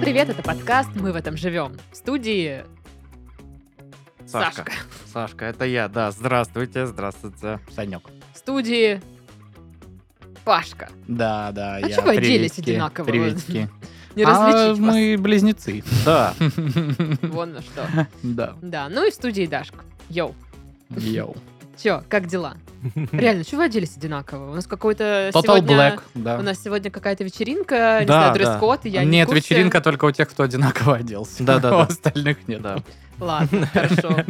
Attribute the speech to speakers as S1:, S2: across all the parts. S1: привет, это подкаст «Мы в этом живем». В студии Сашка.
S2: Сашка. Сашка, это я, да. Здравствуйте, здравствуйте.
S3: Санек.
S1: В студии Пашка.
S3: Да, да,
S1: А
S3: я.
S1: чего вы оделись
S3: Приветики,
S1: одинаково?
S3: Приветики.
S1: Не
S3: а
S1: различить вас.
S3: мы близнецы.
S2: Да,
S1: Вон на что.
S3: Да.
S1: Да, ну и в студии Дашка. Йоу.
S3: Йоу.
S1: Чё, как дела? Реально, чего вы оделись одинаково? У нас какой-то
S3: Total
S1: А сегодня...
S3: Black,
S1: У
S3: да.
S1: нас сегодня какая-то вечеринка, не
S2: Да,
S1: знаю,
S2: да.
S1: дресс-код, и я не в
S3: Нет,
S1: курсе.
S3: вечеринка только у тех, кто одинаково оделся.
S2: Да, да,
S3: У
S2: да.
S3: остальных нет.
S2: да.
S1: Ладно, хорошо.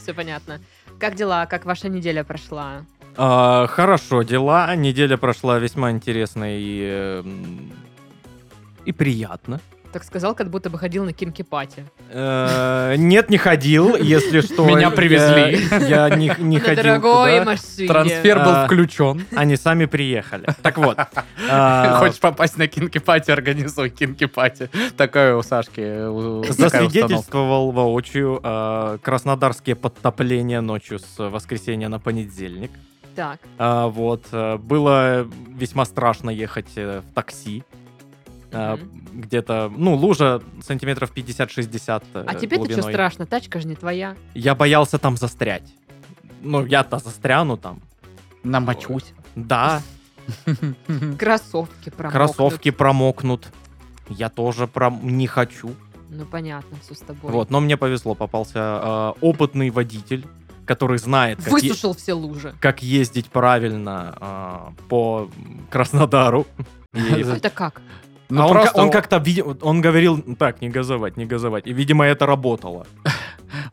S1: Все понятно. Как дела? Как ваша неделя прошла?
S2: А, Хорошо, дела. Неделя прошла весьма интересно и... э, м, И приятно.
S1: Так сказал, как будто бы ходил на кинки-пати.
S2: Э, Нет, не ходил, если что.
S3: Меня
S2: я-
S3: привезли.
S2: Я не не
S1: на
S2: ходил
S1: дорогой
S2: туда.
S1: машине.
S3: Трансфер был
S2: А.
S3: включен.
S2: Они сами приехали. Так вот. а,
S3: Хочешь попасть на кинки-пати, организуй кинки-пати. Такое у Сашки. у- такая установка.
S2: засвидетельствовал воочию э, краснодарские подтопления ночью с воскресенья на понедельник.
S1: Так,
S2: А, вот. э, Было весьма страшно ехать э, в такси. Э, Где-то, ну, лужа сантиметров 50-60 э,
S1: а тебе-то что
S2: глубиной.
S1: страшно? Тачка же не твоя.
S2: Я боялся там застрять. Ну, я-то застряну там.
S3: Намочусь. Ну,
S2: Да,
S1: Кроссовки промокнут.
S2: кроссовки промокнут. Я тоже пром... не хочу.
S1: Ну понятно, все с тобой.
S2: Вот, но мне повезло, попался э, опытный водитель, который знает, как, е-
S1: Высушил все лужи.
S2: как ездить правильно э, по Краснодару. И
S1: Это как?
S3: Ну,
S2: а он,
S3: просто
S2: ка- он как-то ви- он говорил, «Ну так, не газовать, не газовать. И, видимо, это работало.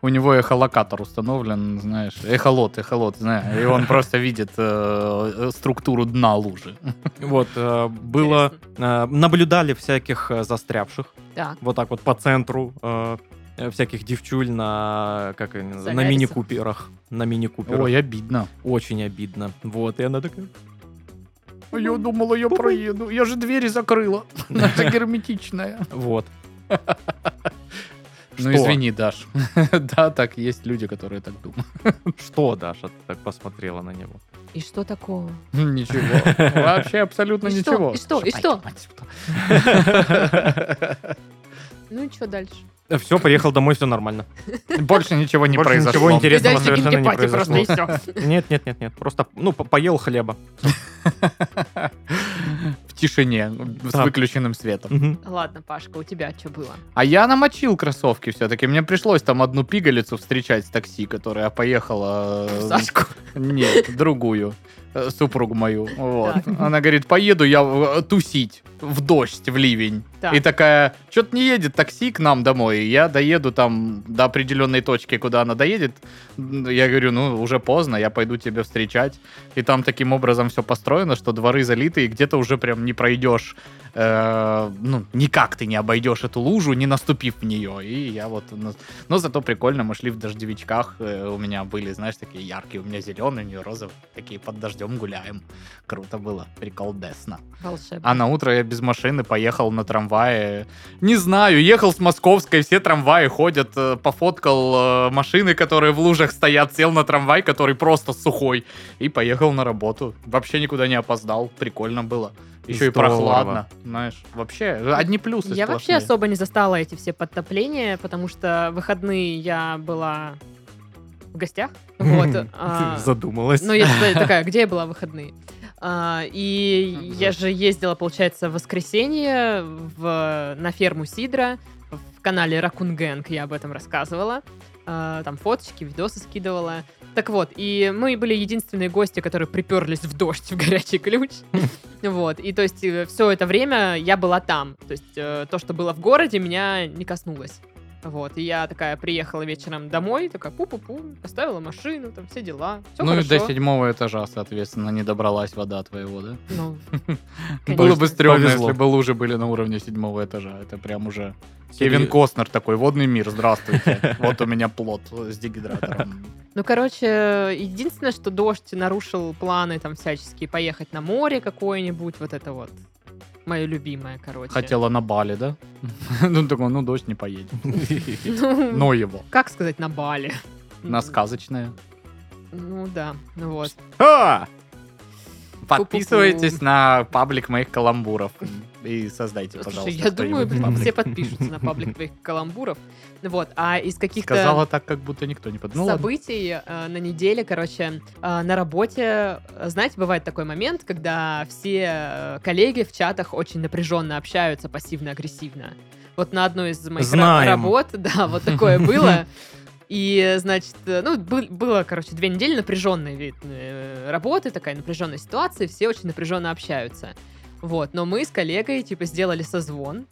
S3: У него эхолокатор установлен, знаешь, эхолот, эхолот, знаю. И он просто видит э, структуру дна лужи.
S2: Вот, э, было... э, наблюдали всяких э, застрявших,
S1: Так,
S2: вот так вот по центру, э, э, всяких девчуль на, как, они называются, на
S1: Солярисах.
S2: мини-куперах. На мини-куперах.
S3: Ой, обидно.
S2: Очень обидно. Вот, и она такая...
S3: А Я думала, я проеду. Я же двери закрыла. Она же герметичная.
S2: Вот.
S3: Ну,
S2: Что?
S3: извини, Даш. Да, так, есть люди, которые так думают.
S2: Что, Даша, ты так посмотрела на него?
S1: и что такого?
S3: Ничего. Вообще абсолютно
S1: И что?
S3: ничего.
S1: И что? И что?
S3: Мать, что?
S1: Ну и что дальше?
S2: Все, Э, приехал домой, все нормально.
S3: Больше ничего не
S2: Больше
S3: произошло.
S2: ничего интересного
S1: Передача
S2: совершенно не
S1: «Кинки-пати»
S2: произошло.
S1: просто и все.
S2: Нет, нет, нет, нет. Просто, ну, по- поел хлеба.
S3: В тишине, с
S2: Да.
S3: выключенным светом.
S2: Мгм.
S1: Ладно, Пашка, у тебя что было?
S3: А я намочил кроссовки все-таки. Мне пришлось там одну пигалицу встречать с такси, которая поехала...
S2: Эм,
S3: э,
S1: Сашку.
S3: Нет, другую. э, Супругу мою. Вот.
S1: Так.
S3: Она говорит, поеду я в- э, тусить в дождь, в ливень.
S1: Так.
S3: И такая, что-то не едет такси к нам домой. Я доеду там до определенной точки, куда она доедет. Я говорю, ну, уже поздно, я пойду тебя встречать. И там таким образом все построено, что дворы залиты, и где-то уже прям не пройдешь. э, ну, никак ты не обойдешь эту лужу, не наступив в нее. И я вот... на- но зато прикольно, мы шли в дождевичках, э, у меня были, знаешь, такие яркие, у меня зеленые, у нее розовые, такие под дождем гуляем. Круто было, приколдесно.
S1: Волшебно.
S3: А на утро я без машины поехал на трамвае. Не знаю, ехал с Московской, все трамваи ходят, э, пофоткал э, машины, которые в лужах стоят, сел на трамвай, который просто сухой, и поехал на работу. Вообще никуда не опоздал, прикольно было. Еще и
S2: Здорово.
S3: прохладно, знаешь. Вообще, одни плюсы
S1: Я вообще
S3: сплошные.
S1: особо не застала эти все подтопления, потому что в выходные я была в гостях. Вот. а,
S2: Задумалась.
S1: Ну, я всегда такая, где я была в выходные? А, и я же ездила, получается, в воскресенье в, на ферму Сидра в канале Ракун Гэнг, я об этом рассказывала. А, там фоточки, видосы скидывала. Так вот, и мы были единственные гости, которые приперлись в дождь в горячий ключ. Вот, и то есть все это время я была там. То есть э, то, что было в городе, меня не коснулось. Вот, и я такая приехала вечером домой, такая пу-пу-пу, поставила машину, там все дела, все
S3: ну
S1: хорошо.
S3: и до седьмого этажа, соответственно, не добралась вода твоего, да?
S1: Ну,
S3: Было
S1: конечно.
S3: бы стрёмно,
S2: Повезло.
S3: если бы лужи были на уровне седьмого этажа. Это прям уже...
S2: Кевин
S3: Кевин Костнер такой, водный мир, здравствуйте. Вот у меня плод с дегидратором.
S1: Ну, короче, единственное, что дождь нарушил планы там всяческие, поехать на море какое-нибудь, вот это вот. Мое любимое, короче.
S3: Хотела на Бали, да? Ну, такой, ну, дождь не поедет.
S1: Ну,
S3: Но его.
S1: как сказать на Бали?
S3: На сказочное.
S1: Ну да, ну вот.
S2: А!
S3: Подписывайтесь на паблик моих каламбуров и создайте,
S1: Слушай,
S3: пожалуйста,
S1: я думаю,
S3: кто-нибудь
S1: блин,
S3: паблик.
S1: все подпишутся на паблик твоих каламбуров. Вот, а из каких-то...
S3: Сказала так, как будто никто не подумал. Ну ладно.
S1: событий э, на неделе, короче, э, на работе, э, знаете, бывает такой момент, когда все э, коллеги в чатах очень напряженно общаются, пассивно-агрессивно. Вот на одной из моих ра-
S2: Знаем.
S1: работ, да, вот такое было. И, значит, э, ну, был- было, короче, две недели напряженной вид э, работы, такая напряженная ситуация, все очень напряженно общаются. Вот, но мы с коллегой, типа, сделали созвон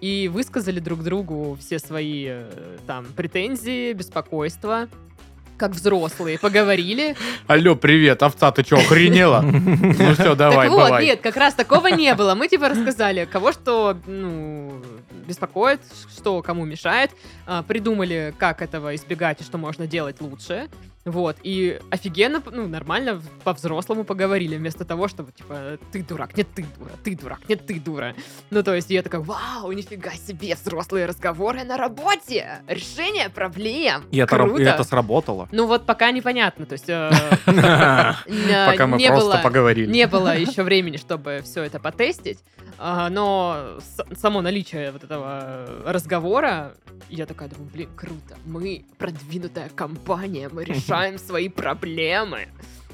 S1: и высказали друг другу все свои, э, там, претензии, беспокойства, как взрослые, поговорили.
S3: Алло, привет, овца, ты чё, охренела? Ну все, давай,
S1: так вот,
S3: бывай.
S1: нет, как раз такого не было. Мы, типа, рассказали, кого что, ну, беспокоит, что кому мешает, а, придумали, как этого избегать и что можно делать лучше. Вот, и офигенно, ну, нормально по-взрослому поговорили, вместо того, чтобы, типа, ты дурак, нет, ты дура, ты дурак, нет, ты дура. Ну, то есть я такая, вау, нифига себе, взрослые разговоры на работе, решение проблем,
S2: И это, раб-
S1: круто.
S2: и это сработало.
S1: Ну, вот пока непонятно, то есть э, э,
S3: Пока мы
S1: не
S3: просто
S1: было-
S3: поговорили.
S1: не было еще времени, чтобы все это потестить, а, но с- само наличие вот этого разговора, я такая думаю, блин, круто, мы продвинутая компания, мы решаем свои проблемы.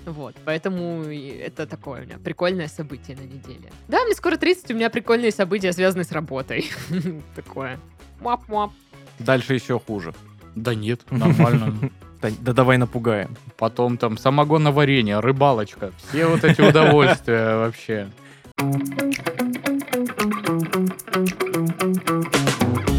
S1: Вот, поэтому и это такое у меня прикольное событие на неделе. Да, мне скоро 30, у меня прикольные события, связанные с работой. Такое. Мап-мап.
S2: Дальше еще хуже.
S3: Да нет, нормально.
S2: Да, да давай напугаем.
S3: Потом там самогоноварение, рыбалочка. Все вот эти удовольствия вообще.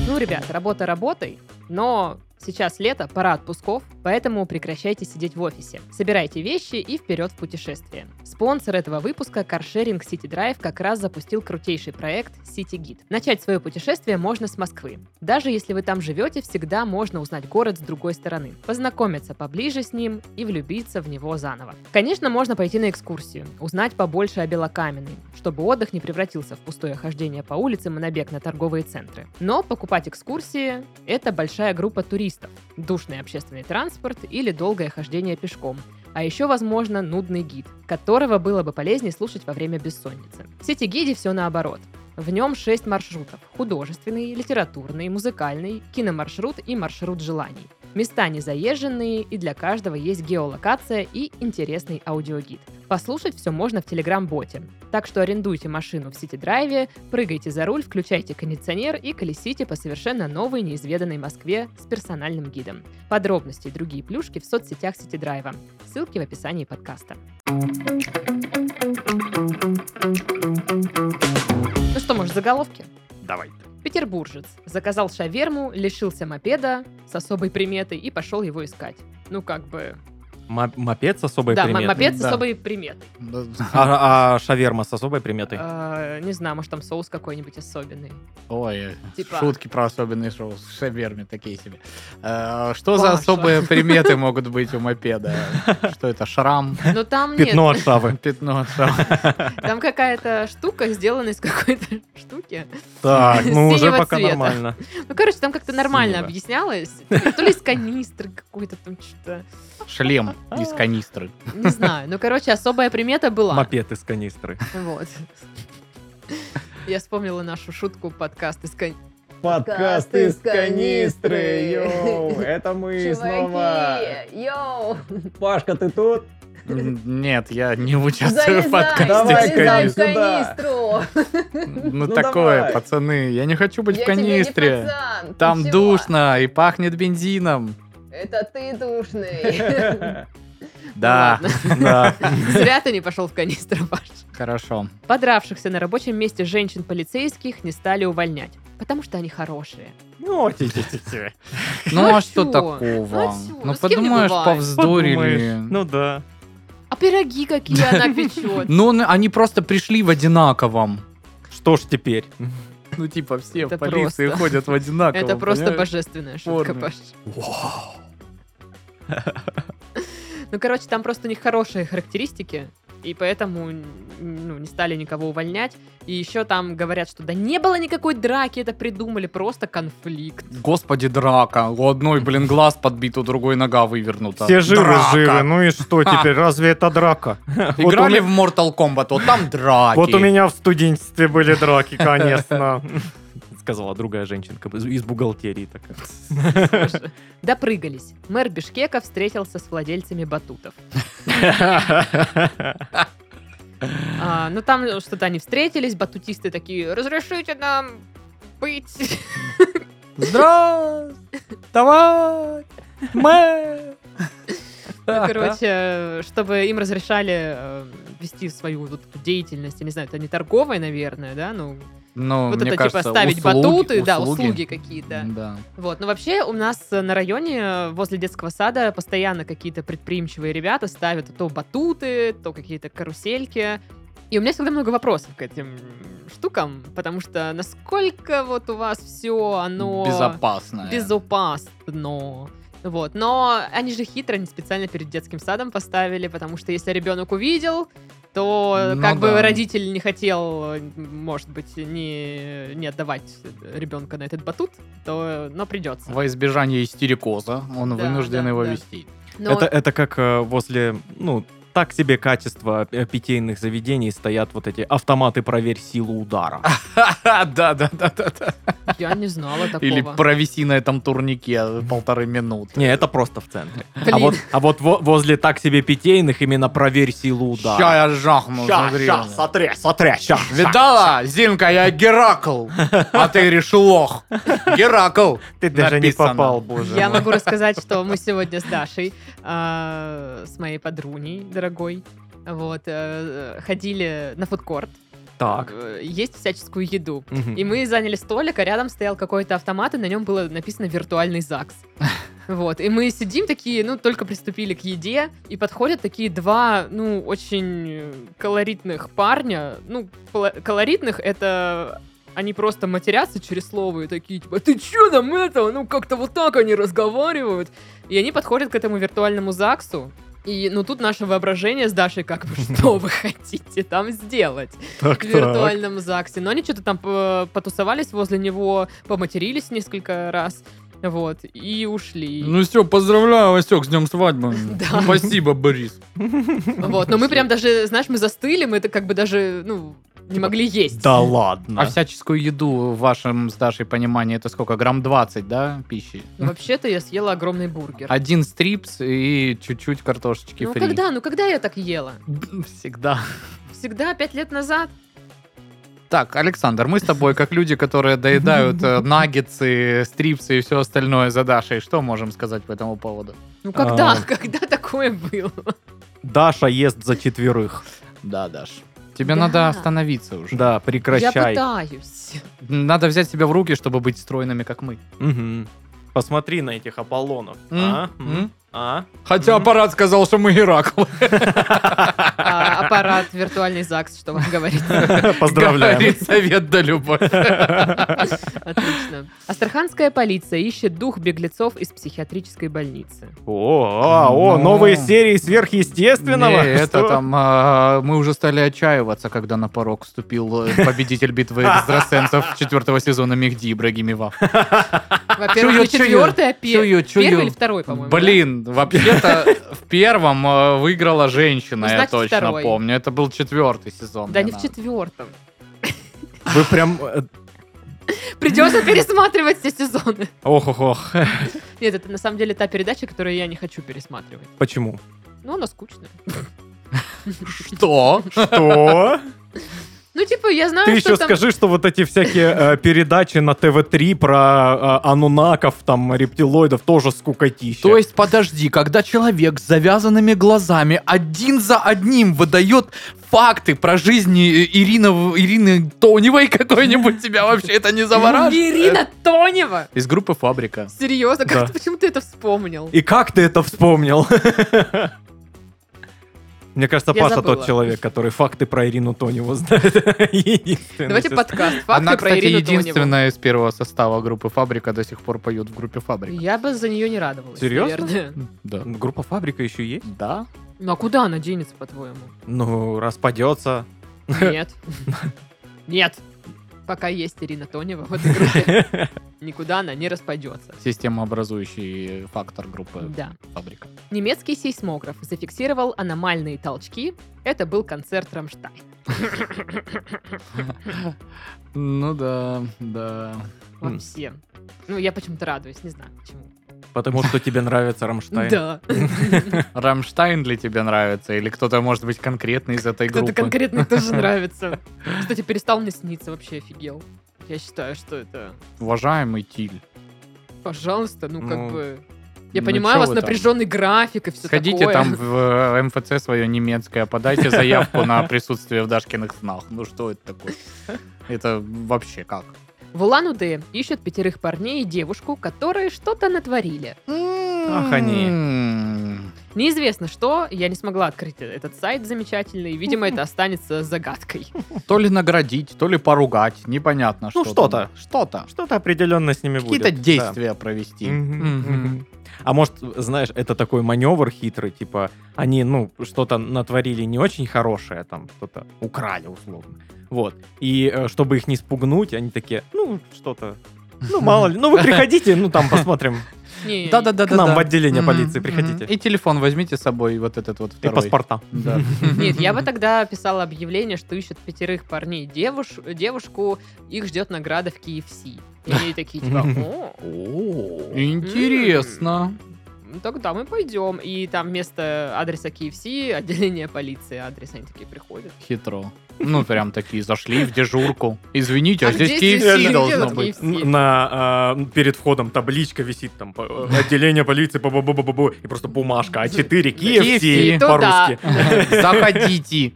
S1: Ну, ребят, работа работой, но сейчас лето, пора отпусков, поэтому прекращайте сидеть в офисе. Собирайте вещи и вперед в путешествие. Спонсор этого выпуска каршеринг City Drive как раз запустил крутейший проект City Guide. Начать свое путешествие можно с Москвы. Даже если вы там живете, всегда можно узнать город с другой стороны, познакомиться поближе с ним и влюбиться в него заново. Конечно, можно пойти на экскурсию, узнать побольше о Белокаменной, чтобы отдых не превратился в пустое хождение по улицам и набег на торговые центры. Но покупать экскурсии – это большая группа туристов, душный общественный транспорт или долгое хождение пешком. А еще, возможно, нудный гид, которого было бы полезнее слушать во время бессонницы. В сети гиде все наоборот. В нем шесть маршрутов – художественный, литературный, музыкальный, киномаршрут и маршрут желаний. Места незаезженные, и для каждого есть геолокация и интересный аудиогид. Послушать все можно в Телеграм-боте. Так что арендуйте машину в Сити-драйве, прыгайте за руль, включайте кондиционер и колесите по совершенно новой неизведанной Москве с персональным гидом. Подробности и другие плюшки в соцсетях Сити-драйва. Ссылки в описании подкаста. Ну что, может, заголовки?
S2: Давай.
S1: Петербуржец заказал шаверму, лишился мопеда с особой приметой и пошел его искать. Ну, как бы...
S2: Мо- мопед с особой
S1: да, м-
S2: приметой.
S1: мопед с
S3: да.
S1: особой приметой.
S2: А, а шаверма с особой приметой.
S1: Э, не знаю, может, там соус какой-нибудь особенный.
S3: Ой,
S1: Типа-
S3: шутки про особенный шоу с шаверми такие себе. Э, Что за
S1: Паша.
S3: особые приметы могут быть у мопеда? Что это, шрам?
S1: Но Ну, там нет,
S2: Пятно от шавы.
S3: Пятно от шрама.
S1: там какая-то штука сделана из какой-то штуки.
S2: Так, ну уже
S1: Синего
S2: пока
S1: цвета.
S2: нормально.
S1: Ну, короче, там как-то нормально
S3: Синего.
S1: объяснялось. Ну, То ли из канистры какой-то там что-то.
S3: Шлем из канистры.
S1: Не знаю. Ну, короче, особая примета была.
S2: Мопед из канистры.
S1: Вот. Я вспомнила нашу шутку подкаст из кан...
S4: Подкаст из канистры, йоу,
S5: это мы
S4: йоу,
S5: Пашка, ты тут?
S3: М, Нет, я не участвую в
S4: залезай,
S3: подкасте из
S4: залезай в
S5: канистры.
S4: канистру.
S3: канистры. Ну
S5: Ну
S3: такое,
S5: давай.
S3: пацаны, я не хочу быть в
S4: Я тебе не
S3: канистре.
S4: пацан, ты
S3: Там
S4: чего?
S3: душно и пахнет бензином.
S4: Это ты душный.
S3: Да,
S1: Ладно.
S2: Да.
S1: Зря ты не пошел в канистру, Паш.
S3: хорошо.
S1: Подравшихся на рабочем месте женщин-полицейских не стали увольнять, потому что они хорошие.
S2: Ну, ти-ти-ти-ти.
S3: Ну а что
S1: чё?
S3: такого?
S1: А чё?
S3: Ну
S1: С кем не бывает.
S3: подумаешь,
S2: Подумаешь.
S3: повздорили.
S2: Ну да.
S1: А пироги какие она печет.
S3: Ну н- они просто пришли в одинаковом.
S2: Что ж теперь?
S3: Ну типа все
S1: Это
S3: в полиции
S1: просто.
S3: ходят в одинаковом.
S1: Это просто
S3: понимаешь?
S1: божественная шутка,
S3: Форме.
S1: Паш. Ну, короче, там просто у них хорошие характеристики, и поэтому н- ну, не стали никого увольнять. И еще там говорят, что да не было никакой драки, это придумали, просто конфликт.
S3: Господи, драка. У одной, блин, глаз подбит, у другой нога вывернута.
S5: Все жиры
S3: Драка.
S5: живы, ну и что
S3: Ха.
S5: теперь? Разве это драка? Вот у ме-
S3: Играли в Mortal Kombat, вот там драки.
S5: Вот у меня в студенчестве были драки, конечно.
S2: Сказала другая женщинка из, из бухгалтерии такая.
S1: Слушай, Допрыгались. Мэр Бишкека встретился с владельцами батутов. А, ну там что-то они встретились, батутисты такие, разрешите нам быть.
S2: Здравствуй! Давай!
S1: Ну, короче, чтобы им разрешали э, вести свою вот эту деятельность, я не знаю, это не торговая, наверное, да, ну,
S3: Ну,
S1: вот
S3: мне
S1: это
S3: кажется,
S1: типа ставить
S3: услуги-
S1: батуты, да, услуги какие-то.
S3: Да.
S1: Вот, ну вообще у нас э, на районе э, возле детского сада постоянно какие-то предприимчивые ребята ставят то батуты, то какие-то карусельки. И у меня всегда много вопросов к этим м, штукам, потому что насколько вот у вас все оно
S3: Безопасно.
S1: безопасно. Вот, но они же хитро, они специально перед детским садом поставили, потому что если ребенок увидел, то
S3: Ну
S1: как бы
S3: да.
S1: родитель не хотел, э, может быть, не, не отдавать ребенка на этот батут, то, но придется.
S3: Во избежание истерикоза он
S1: Да,
S3: вынужден
S1: да,
S3: его
S1: да.
S3: вести.
S1: Но
S2: Это, это как э, возле, ну, так себе качество э, питейных заведений стоят вот эти автоматы «Проверь силу удара».
S3: Да, да, да, да, да.
S1: я не знала такого.
S3: Или провиси на этом турнике полторы минуты.
S2: Не, это просто в центре. А
S1: Блин.
S2: вот, а вот во- возле так себе питейных именно «Проверь силу
S3: Ща
S2: удара».
S3: я жахну.
S2: Ща,
S3: смотри.
S2: ща, смотри, смотри, ща.
S3: Видала, Зинка, я Геракл, а ты решил лох. Геракл.
S5: Ты даже не
S3: Написано.
S5: попал, боже
S1: Я
S5: мой.
S1: могу рассказать, что мы сегодня с Дашей, а, с моей подруней дорогой, вот, э, ходили на фудкорт,
S2: Так.
S1: э, есть всяческую еду.
S2: Мгм.
S1: И мы заняли столик, а рядом стоял какой-то автомат, и на нем было написано «Виртуальный ЗАГС». Вот, и мы сидим такие, ну, только приступили к еде, и подходят такие два, ну, очень э, колоритных парня. Ну, пола- колоритных — это они просто матерятся через слово и такие, типа, ты чё нам это? Ну, как-то вот так они разговаривают. И они подходят к этому виртуальному ЗАГСу, и, ну, тут наше воображение с Дашей как бы, что вы хотите там сделать?
S5: Так,
S1: в
S5: так.
S1: виртуальном ЗАГСе. Но они что-то там э, потусовались возле него, поматерились несколько раз, вот, и ушли.
S3: все, Ну поздравляю, Васек, с днем свадьбы.
S1: Да.
S3: Спасибо, Борис.
S1: вот, но мы прям даже, знаешь, мы застыли, мы это как бы даже, ну, не могли есть.
S2: Да
S3: А
S2: ладно.
S3: всяческую еду в вашем с Дашей понимании это сколько? Грамм 20, да, пищи?
S1: Ну, Вообще-то я съела огромный бургер.
S3: Один стрипс и чуть-чуть картошечки
S1: ну
S3: фри.
S1: когда, ну когда я так ела?
S3: Всегда.
S1: Всегда пять лет назад.
S3: Так, Александр, мы с тобой, как люди, которые доедают э, наггетсы, стрипсы и все остальное за Дашей, что можем сказать по этому поводу?
S1: Ну когда,
S2: А.
S1: когда такое было?
S2: Даша ест за четверых.
S3: Да, Даш. Тебе
S1: Да.
S3: надо остановиться уже.
S2: Да,
S1: Я
S2: прекращай.
S1: пытаюсь.
S3: Надо взять себя в руки, чтобы быть стройными, как мы.
S2: Мгм. Посмотри на этих Аполлонов. А?
S3: М? М?
S2: М? А?
S3: Хотя аппарат сказал, что мы Геракл.
S1: А, аппарат виртуальный ЗАГС, что вам говорит.
S5: Поздравляем.
S3: Говорит совет да любовь.
S1: Отлично. Астраханская полиция ищет дух беглецов из психиатрической больницы.
S2: О, а, о, о,
S3: Ну.
S2: новые серии сверхъестественного.
S3: Не, это
S2: Что?
S3: там, а, мы уже стали отчаиваться, когда на порог вступил э, победитель битвы экстрасенсов четвертого сезона Мехди Ибрагимива.
S1: Во-первых, не
S3: Чую, чую.
S1: четвертый, а пе-
S3: Чую,
S1: Первый
S3: чую.
S1: или второй, по-моему.
S3: Блин, вообще-то в первом э, выиграла женщина,
S1: Ну,
S3: я
S1: значит,
S3: точно
S1: второй.
S3: помню. Это был четвертый сезон.
S1: да? Да не в
S3: наверное.
S1: четвертом.
S2: Вы прям... э,
S1: Придется пересматривать все сезоны.
S2: Ох-ох-ох.
S1: Нет, это на самом деле та передача, которую я не хочу пересматривать.
S2: Почему?
S1: Ну, она скучная.
S3: Что?
S2: Что?
S1: Ну, типа, я знаю,
S2: Ты
S1: что
S2: еще
S1: там...
S2: скажи, что вот эти всякие э, передачи на ТВ-3 про э, анунаков, там, рептилоидов, тоже скукотища.
S3: То есть, подожди, когда человек с завязанными глазами один за одним выдает факты про жизнь э, Ирины, В- Ирины Тоневой какой-нибудь, тебя вообще это не
S1: Ну,
S3: завораживает?
S1: Ирина Тонева!
S3: Э, Из группы «Фабрика».
S1: Серьезно, как
S2: Да.
S1: ты, почему ты это вспомнил?
S2: И как ты это вспомнил? Мне кажется,
S1: Я
S2: Паша тот
S1: забыла.
S2: человек, который факты про Ирину Тоневу знает. Единственный
S1: Давайте
S2: сестра.
S1: подкаст. Факты
S3: Она,
S1: про
S3: кстати,
S1: Ирину Тоневу.
S3: единственная из первого состава группы «Фабрика» до сих пор поет в группе «Фабрика».
S1: Я бы за нее не радовалась.
S2: Серьезно?
S1: наверное.
S3: Да.
S2: Группа «Фабрика» еще есть?
S3: Да?
S1: Ну а куда она денется, по-твоему?
S2: Ну, распадется.
S1: Нет. Нет. Пока есть Ирина Тонева в этой группе, никуда она не распадется.
S3: Системообразующий фактор группы
S1: Да.
S3: фабрика.
S1: Немецкий сейсмограф зафиксировал аномальные толчки. Это был концерт Рамштайн.
S3: Ну да, да.
S2: М.
S1: Вообще. Ну, я почему-то радуюсь, не знаю почему.
S2: Потому что тебе нравится Рамштайн.
S1: Да.
S3: Рамштайн для тебя нравится? Или кто-то, может быть, конкретный из этой
S1: Кто-то
S3: группы?
S1: конкретно тоже нравится. Кстати, перестал мне сниться, вообще офигел. Я считаю, что это...
S3: Уважаемый Тиль,
S1: Пожалуйста, ну
S2: Ну,
S1: как бы... Я
S3: ну
S1: понимаю, у
S3: чё
S1: вас
S3: вы там?
S1: напряженный график и все
S3: сходите
S1: такое.
S3: там в э, МФЦ свое немецкое, подайте заявку на присутствие в Дашкиных снах. Ну что это такое? Это вообще как?
S1: В Улан-Удэ ищут пятерых парней и девушку, которые что-то натворили.
S2: М-м.
S3: Ах,
S2: они.
S1: Неизвестно что, я не смогла открыть этот сайт замечательный, видимо, это останется загадкой.
S3: То ли наградить, то ли поругать, непонятно
S2: Ну,
S3: что
S2: что-то.
S3: там. Что-то.
S5: Что-то определенно с ними будет.
S3: Какие-то
S5: да.
S3: действия провести.
S2: Мгм,
S3: Мгм.
S2: мгм. А может, знаешь, это такой маневр хитрый, типа, они, ну, что-то натворили не очень хорошее, там, что-то украли, условно. Вот. И э, чтобы их не спугнуть, они такие, ну, что-то, ну, мало ли, ну, вы приходите, ну, там, посмотрим.
S1: Не,
S3: Да-да-да.
S2: К нам в отделение
S3: Мгм,
S2: полиции приходите.
S3: мгм. И телефон возьмите с собой, вот этот вот
S2: И
S3: второй.
S2: паспорта.
S3: Да.
S1: Нет, я бы тогда писала объявление, что ищут пятерых парней и девуш- девушку, их ждет награда в KFC. И они такие, типа, о,
S3: Интересно.
S1: ну тогда мы пойдем. И там вместо адреса KFC отделение полиции, адрес они такие приходят.
S3: Хитро. Ну, прям такие зашли в дежурку. Извините, а,
S1: А
S3: здесь
S1: где
S3: KFC
S1: здесь
S3: должно
S1: делать
S3: быть.
S1: KFC?
S5: Н- На э, перед входом табличка висит там э, отделение полиции бу бу бу бу и просто бумажка А4
S1: KFC,
S5: KFC по-русски
S3: Заходите.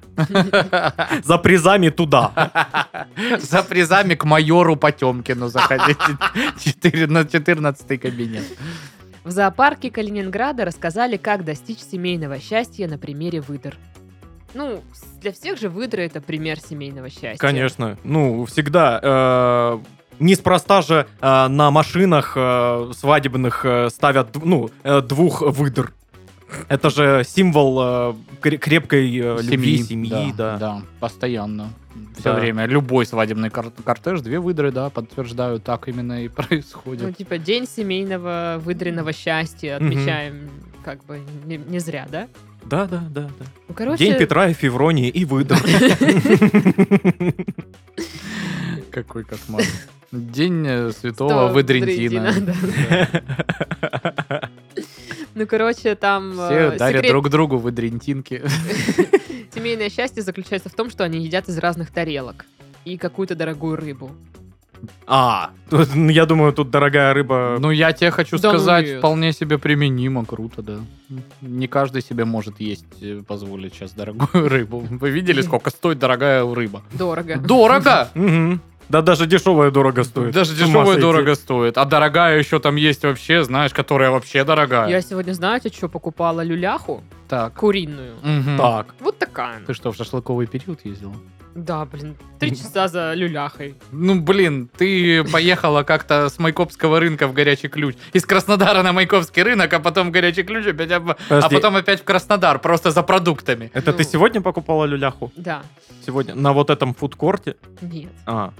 S5: за призами туда.
S3: За призами к майору Потемкину заходите. Четыре- на 14 кабинет.
S1: В зоопарке Калининграда рассказали, как достичь семейного счастья на примере выдр. Ну, с- для всех же выдры это пример семейного счастья.
S2: Конечно.
S5: Ну всегда. э, Неспроста же э, на машинах э, свадебных э, ставят дв- ну, э, двух выдр. Это же символ э, кре- крепкой э, любви семьи, да.
S3: Да, постоянно.
S5: Да.
S3: Все время. Любой свадебный кор- кортеж, две выдры, да, подтверждаю, так именно и
S1: Ну,
S3: происходит.
S1: типа, день семейного выдренного счастья
S5: Мгм.
S1: отмечаем как бы не, не зря, да?
S2: Да, да, да, да.
S1: Ну, короче,
S5: День Петра и Февронии и выдр.
S3: Какой кошмар. День э,
S1: то
S3: святого Выдрентина.
S1: Выдрентина, да. Ну, короче, там
S3: Все
S1: э,
S3: дарят
S1: секрет
S3: друг другу выдрентинки.
S1: семейное счастье заключается в том, что они едят из разных тарелок и какую-то дорогую рыбу.
S5: А, тут, ну, я думаю, тут дорогая рыба.
S3: Ну, я тебе хочу
S1: да ну
S3: сказать,
S1: нет.
S3: вполне себе применимо, круто, да. Не каждый себе может есть, э, позволить сейчас дорогую рыбу. Вы видели, сколько стоит дорогая рыба?
S1: Дорого.
S3: Дорого!
S5: Мгм. Да даже дешевая дорого стоит.
S3: Даже
S5: С ума
S3: дешевая
S5: сойти.
S3: дорого стоит. А дорогая еще там есть вообще, знаешь, которая вообще
S1: Я
S3: дорогая.
S1: сегодня, знаете, что покупала люляху
S3: Так.
S1: куриную.
S3: Мгм.
S5: Так.
S1: Вот такая. она.
S3: Ты что, в шашлыковый период ездила?
S1: Да, блин, три часа за люляхой.
S3: Ну, блин, ты поехала как-то с Майкопского рынка в Горячий Ключ. Из Краснодара на Майкопский рынок, а потом в Горячий Ключ, опять об- а
S5: Подожди.
S3: потом опять в Краснодар, просто за продуктами.
S5: Это ты
S1: Ну.
S5: сегодня покупала люляху?
S1: Да,
S5: Сегодня на вот этом фудкорте?
S1: нет.
S5: А.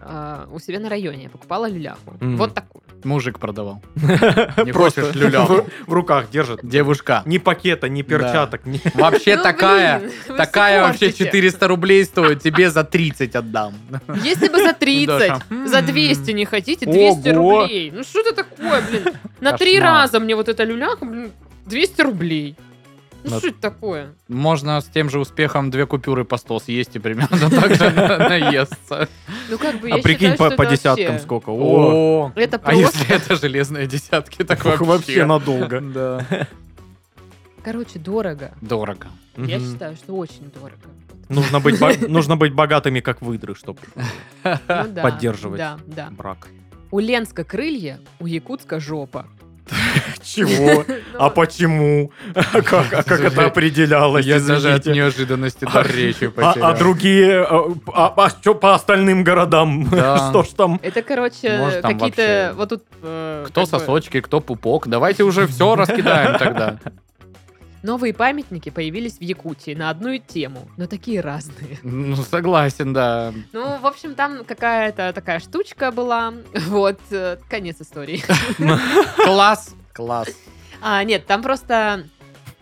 S1: А, у себя на районе я покупала люляху.
S5: Мгм.
S1: Вот такую.
S3: Мужик продавал. Не
S5: Просто
S3: хочешь люляху?
S5: в- В руках держит.
S3: Девушка.
S5: Ни пакета, ни перчаток. ни-
S3: Вообще
S1: Ну,
S3: такая,
S1: блин, вы
S3: такая
S1: всё
S3: вообще
S1: портите.
S3: 400 рублей стоит, тебе за 30 отдам.
S1: Если бы за 30,
S3: Даша, м.
S1: за 200 не хотите, 200
S5: Ого.
S1: рублей. Ну что это такое, блин? На три
S3: Кошмар.
S1: раза мне вот эта люляха, блин, 200 рублей. Ну
S3: На-
S1: что это такое?
S3: Можно с тем же успехом две купюры по 100 съесть и примерно так же наесться.
S1: Ну как бы я
S5: А прикинь,
S1: считаю,
S5: по
S1: что
S5: по
S1: это
S5: десяткам
S1: вообще-
S5: сколько. О,
S3: О,
S1: Это
S3: а
S1: просто
S3: если это железные десятки, так
S5: вообще
S3: вообще.
S5: надолго.
S3: Да.
S1: Короче, дорого.
S3: Дорого.
S1: Я
S5: Мгм.
S1: считаю, что очень дорого.
S5: Нужно быть бо- нужно быть богатыми, как выдры, чтобы
S1: Ну да,
S5: Поддерживать.
S1: Да, да.
S5: брак.
S1: У Ленска крылья, у Якутска жопа. Ну,
S5: Чего? А почему? А Как а как это
S3: Слушай,
S5: определялось?
S3: Я даже от
S5: Извините.
S3: неожиданности дар речи
S5: А,
S3: потерял.
S5: а другие, а, а, что по остальным городам?
S3: Да.
S5: Что ж там?
S1: Это, короче,
S3: Может, там
S1: какие-то...
S3: вообще-
S1: Вот тут... э,
S3: Кто
S1: как бы-
S3: сосочки, кто пупок. Давайте уже все раскидаем тогда.
S1: Новые памятники появились в Якутии на одну и тему, но такие разные.
S3: Ну, согласен, да.
S1: Ну, в общем, там какая-то такая штучка была. Вот, э, конец истории.
S3: Класс. Класс.
S1: А, нет, там просто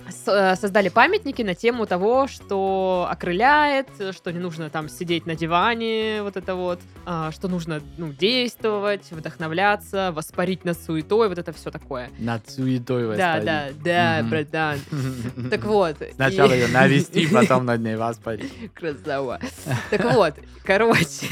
S1: с- э, создали памятники на тему того, что окрыляет, что не нужно там сидеть на диване, вот это вот, а, что нужно ну, действовать, вдохновляться, воспарить над суетой, вот это все такое.
S3: Над суетой
S1: Да, да, да,
S3: Мгм.
S1: братан.
S3: да.
S1: Так вот. и-
S3: Сначала ее навести, потом над ней воспарить.
S1: Красава. Так вот, короче.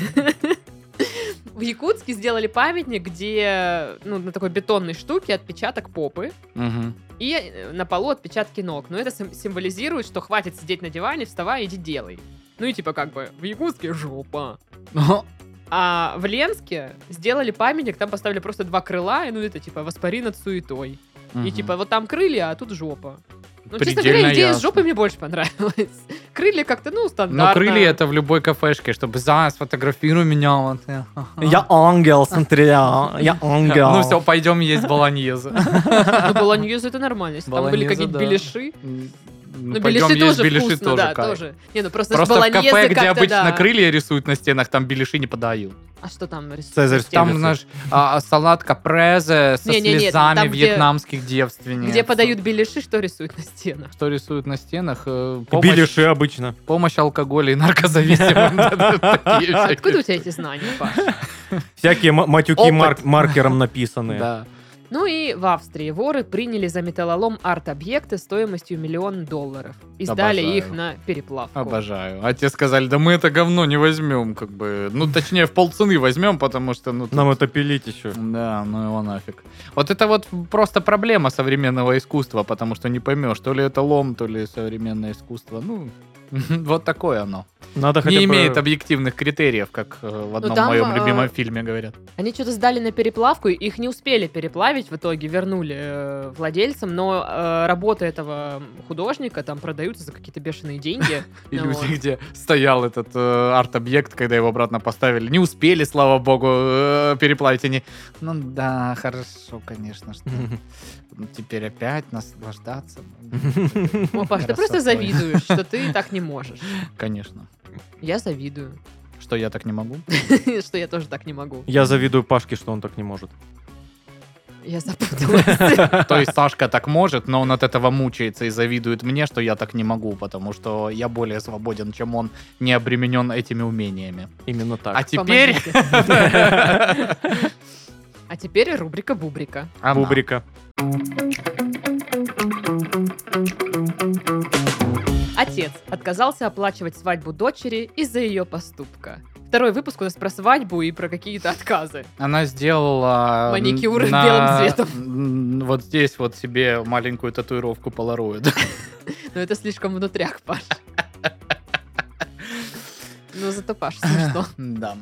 S1: В Якутске сделали памятник, где ну, на такой бетонной штуке отпечаток попы.
S3: Мгм.
S1: И э, на полу отпечатки ног. Но это сим- символизирует, что хватит сидеть на диване, вставай, иди делай. Ну и типа как бы в Якутске жопа.
S3: Ну,
S1: А в Ленске сделали памятник, там поставили просто два крыла, и ну это типа воспари над суетой. И
S3: мгм.
S1: типа вот там крылья, а тут жопа. Ну, честно
S3: Предельно
S1: говоря, идея с
S3: ясно.
S1: жопой мне больше понравилась. Крылья как-то, ну, стандартно.
S3: Но крылья это в любой кафешке, чтобы за, сфотографируй меня. вот».
S5: Я ангел, смотри, я я ангел.
S3: А. Ну все, пойдем есть баланьезы.
S1: Ну, баланьезы это нормально. Если там были
S3: Болоньезе,
S1: какие-то
S3: да.
S1: беляши.
S3: Ну,
S1: Ну,
S3: пойдем
S1: беляши
S3: есть
S1: тоже
S3: беляши
S1: вкусно, да,
S3: тоже кайф.
S1: тоже. Не, ну просто, с
S3: Просто в
S1: болоньезе
S3: кафе, где
S1: как-то,
S3: обычно
S1: да.
S3: крылья рисуют на стенах, там беляши не подают.
S1: А что там рисуют?
S5: Цезарь
S1: Стены?
S3: Там, знаешь, а, а, салат капрезе со
S1: Не-не-не,
S3: слезами
S1: там, где-
S3: вьетнамских девственниц.
S1: Где подают беляши, что рисуют на стенах.
S3: Что рисуют на стенах? э, Помощь,
S5: Билиши обычно.
S3: помощь алкоголя и наркозависимым. Такие всякие.
S1: Откуда у тебя эти знания, Паша?
S5: Всякие ма- матюки
S3: Опыт.
S5: марк- маркером написанные.
S3: Да.
S1: Ну и в Австрии воры приняли за металлолом арт-объекты стоимостью миллион долларов и сдали
S3: Обожаю.
S1: их на переплавку.
S3: Обожаю. А те сказали, да мы это говно не возьмем, как бы. Ну, точнее, в полцены возьмем, потому что, ну, тут-
S5: Нам это пилить еще.
S3: Да, ну его нафиг. Вот это вот просто проблема современного искусства, потому что не поймешь, то ли это лом, то ли современное искусство. Ну, вот такое оно.
S5: Надо хотя
S3: Не
S5: бы...
S3: имеет объективных критериев, как э, в одном
S1: там,
S3: моем
S1: э,
S3: любимом фильме говорят.
S1: Они что-то сдали на переплавку, и их не успели переплавить, в итоге вернули э, владельцам, но э, работы этого художника там продаются за какие-то бешеные деньги.
S3: И
S1: ну
S3: люди,
S1: вот.
S3: где стоял этот э, арт-объект, когда его обратно поставили, не успели, слава богу, э, переплавить. Они, ну да, хорошо, конечно, что ну, теперь опять наслаждаться.
S1: О, Паш, ты просто
S3: Красотой.
S1: завидуешь, что ты так не можешь.
S3: Конечно.
S1: Я завидую,
S3: Что я так не могу?
S1: что я тоже так не могу.
S5: Я завидую Пашке, что он так не может.
S1: Я запуталась.
S3: То есть Сашка так может, но он от этого мучается и завидует мне, что я так не могу, потому что я более свободен, чем он, не обременен этими умениями.
S5: Именно так.
S3: А теперь...
S1: Помогите. А теперь рубрика Бубрика.
S3: она.
S5: Бубрика.
S1: Отец отказался оплачивать свадьбу дочери из-за ее поступка. Второй выпуск у нас про свадьбу и про какие-то отказы.
S3: Она сделала...
S1: Маникюр белым цветом.
S3: цветом. Вот здесь вот себе маленькую татуировку полароид.
S1: Но это слишком внутряк, Паш. Но зато Паш смешно.
S3: Да.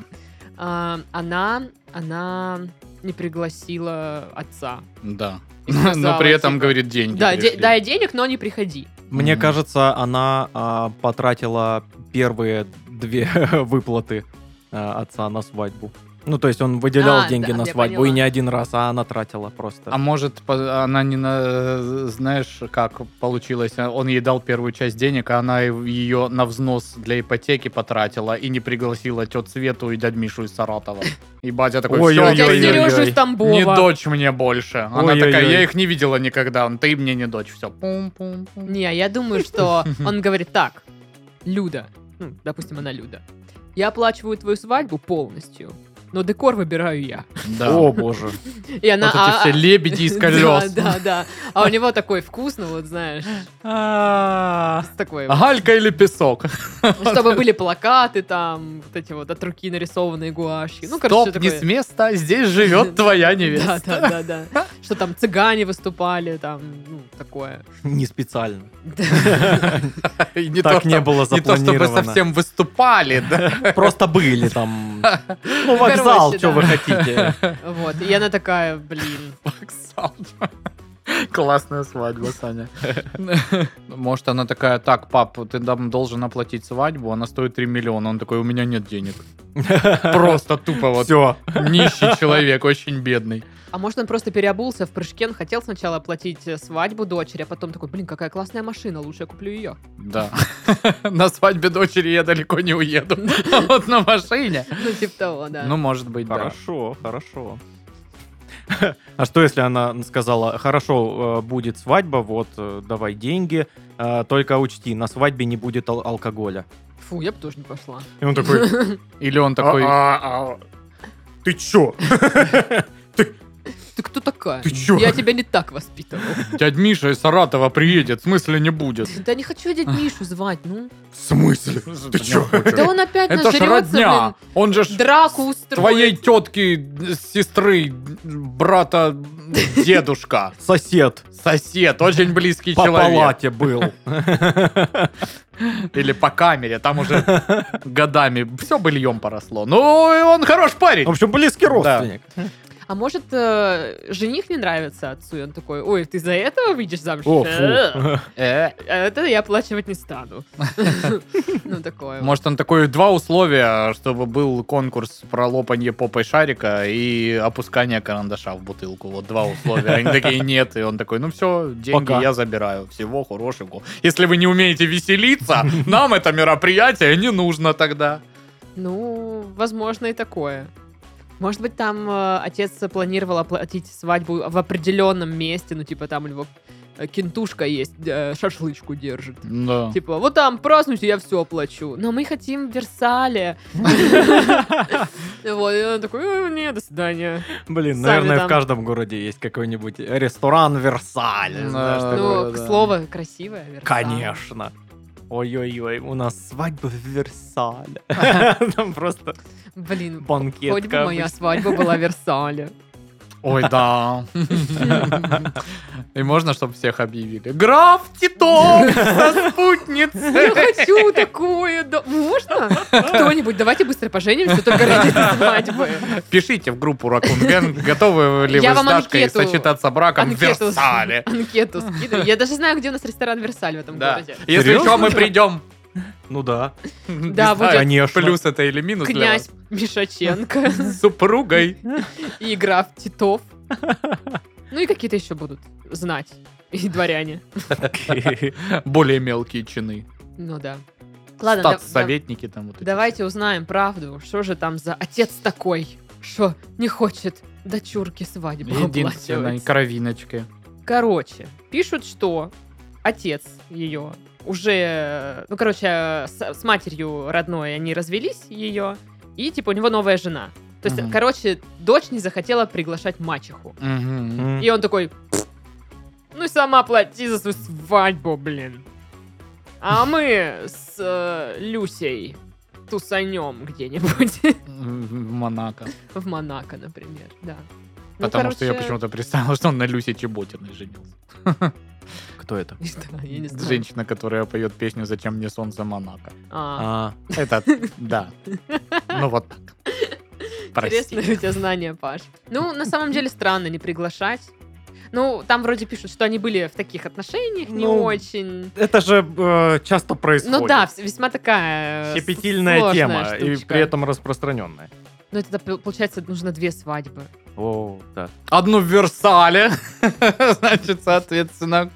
S1: А, Она, она не пригласила отца.
S3: Да.
S1: И сказала,
S3: Но при этом
S1: типа,
S3: говорит деньги.
S1: Да, де-
S3: пришли.
S1: дай денег, но не приходи.
S5: Мне
S3: Мгм.
S5: кажется, она а, потратила первые две выплаты а, отца на свадьбу. Ну, то есть он выделял
S1: А,
S5: деньги
S1: да,
S5: на
S1: я
S5: свадьбу и
S1: поняла.
S5: не один раз, а она тратила просто.
S3: А может, по- она не на... Знаешь, как получилось? Он ей дал первую часть денег, а она и- ее на взнос для ипотеки потратила и не пригласила тетю Свету и дядь Мишу из Саратова. И батя такой,
S5: Ой-ой-ой.
S1: Дядя
S5: Ой-ой-ой.
S1: Сережа из
S3: все, не
S1: Тамбова.
S3: дочь мне больше. Она
S5: Ой-ой-ой.
S3: такая, я их не видела никогда, ты мне не дочь, все.
S1: Не, я думаю, что он говорит так. Люда, ну, допустим, она Люда. Я оплачиваю твою свадьбу полностью, но декор выбираю я.
S3: Да.
S5: О, боже.
S1: И она...
S3: Вот эти
S1: а-
S3: все
S1: а-
S3: лебеди из
S1: Да,
S3: колес.
S1: Да, да. А у него такой вкус, ну вот знаешь,
S3: А,
S1: такой, вот.
S3: Галька или песок?
S1: чтобы были плакаты там, вот эти вот от руки нарисованные гуаши. Ну, короче, всё
S3: Стоп, не
S1: такое.
S3: с места, здесь живет твоя невеста.
S1: Да, да, да, да. Что там цыгане выступали, там, ну, такое.
S5: Не специально.
S1: Да.
S3: И не
S5: Так
S3: то,
S5: не
S3: что-
S5: было
S3: Не то, чтобы
S5: запланировано.
S3: совсем выступали, да.
S5: Просто были там. Ну, вокзал,
S1: Короче,
S5: что
S1: да.
S5: вы хотите.
S1: Вот. И она такая, блин.
S3: Вокзал. Классная свадьба, Саня. Может, она такая, так, пап, ты нам должен оплатить свадьбу, она стоит 3 миллиона. Он такой, у меня нет денег. Просто тупо вот
S5: Все.
S3: нищий человек, очень бедный.
S1: А может, он просто переобулся в прыжке, он хотел сначала оплатить э, свадьбу дочери, а потом такой, блин, какая классная машина, лучше я куплю ее.
S3: Да. На свадьбе дочери я далеко не уеду. А вот на машине.
S1: Ну, типа того, да.
S3: Ну, может быть, да.
S2: Хорошо, хорошо. А что, если она сказала, хорошо, э, будет свадьба, вот, э, давай деньги, э, только учти, на свадьбе не будет ал- алкоголя.
S1: Фу, я бы тоже не пошла.
S2: И он такой,
S3: Или он такой...
S2: «А, а, а, ты чё?
S1: Ты кто такая?
S2: Ты чё?
S1: Я тебя не так воспитывал.
S2: а.
S3: Дядь Миша из Саратова приедет, в смысле не будет.
S1: Да не хочу дядь Мишу звать, ну.
S2: В смысле? Ты чё?
S1: Да он опять
S3: ну, Это ж
S1: нажрется,
S3: родня. Он же
S1: блин.
S3: ж
S1: Драку устроит.
S3: твоей тетки, сестры, брата, дедушка.
S2: Сосед
S3: Сосед, очень близкий
S2: по
S3: человек.
S2: палате был.
S3: Или по камере, там уже годами все быльем поросло. Ну, и он хороший
S2: В
S3: парень.
S2: общем, близкий родственник.
S1: А может, э, жених не нравится отцу, и он такой, ой, ты за этого выйдешь замуж?
S2: О,
S1: Э,
S2: фу.
S3: Э,
S1: Это я оплачивать не стану. Ну, такое. вот.
S3: Может, он такой, два условия, чтобы был конкурс про лопанье попой шарика и опускание карандаша в бутылку. Вот два условия. Они такие, нет. И он такой, ну все, деньги
S2: Пока.
S3: я забираю. Всего хорошего. Если вы не умеете веселиться, нам это мероприятие не нужно тогда.
S1: Ну, возможно и такое. Может быть, там э, отец планировал оплатить свадьбу в определенном месте, ну, типа, там у него э, кентушка есть, э, шашлычку держит.
S3: Да.
S1: Типа, вот там празднуйте, я все оплачу. Но мы хотим в Версале. Вот, и он такой, «Э, не, до свидания.
S2: Блин,
S1: Сами
S2: наверное,
S1: там.
S2: в каждом городе есть какой-нибудь ресторан Версаль.
S3: Да.
S2: знаешь, такой.
S1: Ну,
S3: да.
S1: слово красивое, Версаль.
S2: Конечно. Ой-ой-ой, у нас свадьба в Версале. Там просто
S1: Блин,
S2: банкет.
S1: хоть бы моя свадьба была в Версале.
S3: Ой, да. И можно, чтобы всех объявили. Граф Титов со
S1: Я
S3: спутницей.
S1: хочу такое, да. Можно? Кто-нибудь, давайте быстро поженимся, только ради этой свадьбы.
S3: Пишите в группу Ракунган, готовы ли
S1: Я
S3: вы с
S1: вам
S3: Дашкой
S1: анкету-
S3: сочетаться браком в
S1: Анкету-
S3: Версале.
S1: Анкету скидываю. Я даже знаю, где у нас ресторан Версаль в этом
S3: Да.
S1: городе.
S3: Если
S2: Серьезно?
S3: что, мы придем.
S2: Ну да,
S1: Да, будет
S2: конечно.
S3: Плюс это или минус для
S1: Князь
S3: вас.
S1: Мишаченко
S3: С супругой.
S1: и граф Титов. Ну и какие-то еще будут знать. И дворяне.
S3: Более мелкие чины.
S1: Ну да. Ладно, да-
S3: Ладно, советники там вот
S1: да-
S3: эти.
S1: давайте узнаем правду. Что же там за отец такой, что не хочет дочурки свадьбы
S3: Единственной
S1: оплачивать?
S3: кровиночки.
S1: Короче, пишут, что отец ее уже, ну, короче, с, с матерью родной они развелись ее, и, типа, у него новая жена. То есть,
S3: Мгм.
S1: короче, дочь не захотела приглашать мачеху.
S3: Мгм.
S1: И он такой, ну, и сама плати за свою свадьбу, блин. А мы с э, Люсей тусанем где-нибудь.
S3: М, В Монако.
S1: В Монако, например, да. Ну,
S3: Потому что я
S1: короче,
S3: почему-то представил, что он на Люсе Чеботиной женился.
S2: Кто это?
S1: не знаю, я не знаю.
S3: Женщина, которая поет песню «Зачем мне солнце Монако».
S1: А.
S2: А,
S3: Это, да. Ну вот так. Прости.
S1: Интересные у тебя знания, Паш. Ну, на самом деле странно не приглашать. Ну, там вроде пишут, что они были в таких отношениях не
S2: Ну,
S1: очень.
S2: Это же э, часто происходит.
S1: Ну да, вс- весьма такая э,
S2: Щепетильная
S1: сложная
S2: тема, и
S1: штучка.
S2: при этом распространенная.
S1: Ну, это, п- получается, нужно две свадьбы.
S2: О, да.
S1: Ну.
S3: Одну в Версале. Значит, соответственно,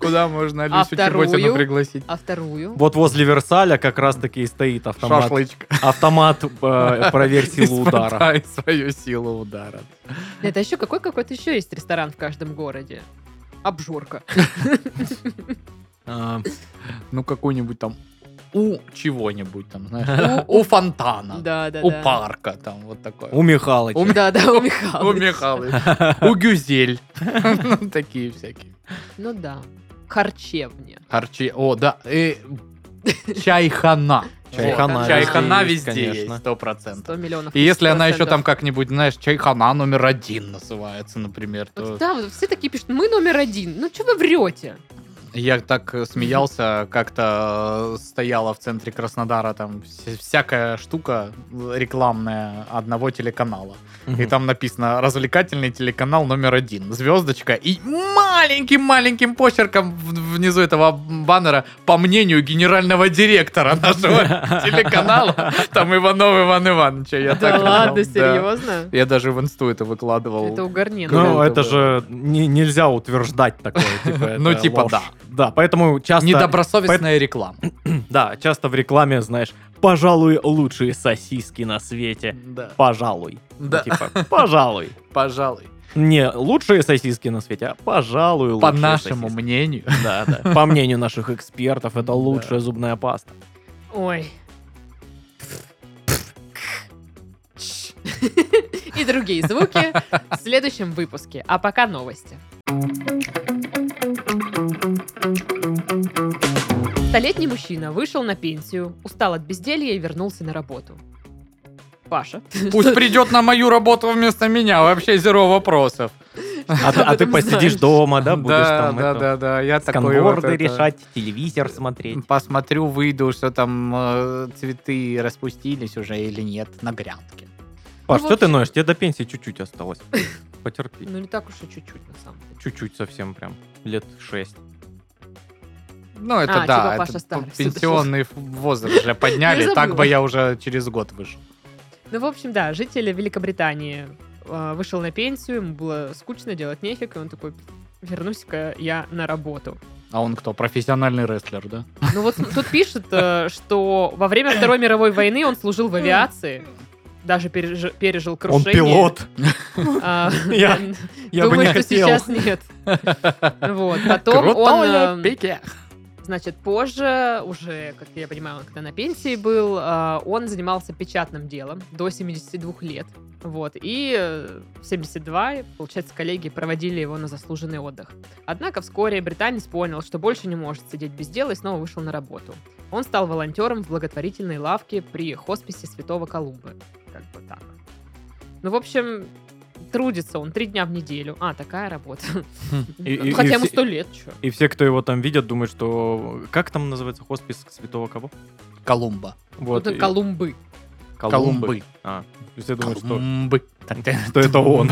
S3: куда можно
S1: А
S3: Люсю Чеботину
S1: вторую?
S3: пригласить?
S1: А вторую?
S2: Вот возле Версаля как раз-таки и стоит автомат.
S3: Шашлычка.
S2: Автомат э, «Проверь силу удара».
S3: Испытай свою силу удара.
S1: Это еще какой какой-то еще есть ресторан в каждом городе. Обжорка.
S2: А,
S3: Ну, какой-нибудь там у чего-нибудь там, знаешь. У фонтана.
S1: Да, да,
S3: У
S1: да.
S3: парка там вот такое.
S2: У Михалыча.
S1: Да, да, у
S3: У
S1: Михаила.
S3: Михалыча. У Гюзель. Ну, Такие всякие.
S1: Ну да. Харчевня.
S3: Арчи. О, да. и Чайхана.
S2: Чайхана
S3: Вот,
S1: везде
S3: Чайхана
S2: есть,
S3: везде есть,
S2: конечно.
S3: сто процентов.
S1: 100 миллионов.
S3: И если она еще там
S1: процентов.
S3: как-нибудь, знаешь, Чайхана номер один называется, например, то...
S1: Вот Да, вот все такие пишут, мы номер один. Ну, что вы врете?
S3: Я так э, смеялся, как-то э, стояла в центре Краснодара там вся- всякая штука э, рекламная одного телеканала. И там написано «Развлекательный телеканал номер один». Звездочка и маленьким-маленьким почерком в- внизу этого баннера «По мнению генерального директора нашего телеканала». Там Иванов Иван Иванович. Я так
S1: Да
S3: ржал,
S1: ладно,
S3: да.
S1: серьезно?
S3: Я даже в инсту это выкладывал.
S1: Это
S3: Ну,
S1: угарнено.
S2: Ну,
S3: Круто
S2: это
S3: было.
S2: же не- нельзя утверждать такое. типа, это
S3: Ну, типа,
S2: ложь.
S3: да.
S2: Да, поэтому часто...
S3: Недобросовестная реклама.
S2: Да, часто в рекламе, знаешь, пожалуй, лучшие сосиски на свете.
S3: Да.
S2: Пожалуй. Ну,
S3: Да.
S2: Типа, пожалуй.
S3: Пожалуй.
S2: Не лучшие сосиски на свете, а пожалуй,
S3: По
S2: лучшие
S3: нашему
S2: сосиски.
S3: мнению.
S2: Да, да. По мнению наших экспертов, это лучшая зубная паста.
S1: Ой. И другие звуки в следующем выпуске. А пока новости. Столетний мужчина вышел на пенсию, устал от безделья и вернулся на работу. Паша.
S3: Пусть придет на мою работу вместо меня, вообще зеро вопросов.
S2: А, ты- а
S1: об
S2: ты
S1: этом
S2: посидишь
S1: знаешь?
S2: дома, да, будешь
S3: да,
S2: там
S3: да,
S2: это,
S3: да, да, я такой
S2: сканворды
S3: вот это,
S2: решать, телевизор смотреть.
S3: Посмотрю, выйду, что там э, цветы распустились уже или нет на грядке.
S2: Паш,
S1: Ну,
S2: что ты
S1: вообще-
S2: ноешь? Тебе до пенсии чуть-чуть осталось. Потерпи.
S1: Ну не так уж и чуть-чуть на самом деле.
S2: Чуть-чуть совсем прям. Лет шесть.
S3: Ну, это
S1: А,
S3: да,
S1: типа
S3: это
S1: Паша Старый
S3: п-
S1: всё-таки.
S3: пенсионный ф- возраст уже подняли,
S1: Я
S3: так
S1: забыла.
S3: бы я уже через год вышел.
S1: Ну, в общем, да, житель Великобритании э, вышел на пенсию, ему было скучно, делать нефиг, и он такой, вернусь-ка я на работу.
S3: А он кто, профессиональный рестлер, да?
S1: Ну вот тут пишет, э, что во время Второй мировой войны он служил в авиации, даже переж- пережил крушение. А,
S2: Я-
S1: да,
S2: Я бы
S1: Думаю,
S2: не
S1: что
S2: хотел.
S1: сейчас нет. Вот, потом он...
S3: Крутое
S1: э,
S3: пике.
S1: Значит, позже, уже, как я понимаю, он когда на пенсии был, а, он занимался печатным делом до 72 лет. Вот, и э, в 72, получается, коллеги проводили его на заслуженный отдых. Однако вскоре британец понял, что больше не может сидеть без дела и снова вышел на работу. Он стал волонтером в благотворительной лавке при хосписе Святого Колумба. Как бы так. Ну, в общем, трудится он три дня в неделю. А, такая работа.
S2: Хм. И- и-
S1: Ну, Хотя
S2: и
S1: ему
S2: все-
S1: сто лет, что.
S2: И все, кто его там видят, думают, что... Как там называется хоспис святого кого?
S3: Колумба.
S2: Вот.
S1: это
S2: и-
S1: Ну, Колумбы.
S3: Колумбы.
S2: А, то есть я думаю, что,
S3: Колумбы.
S2: что это он.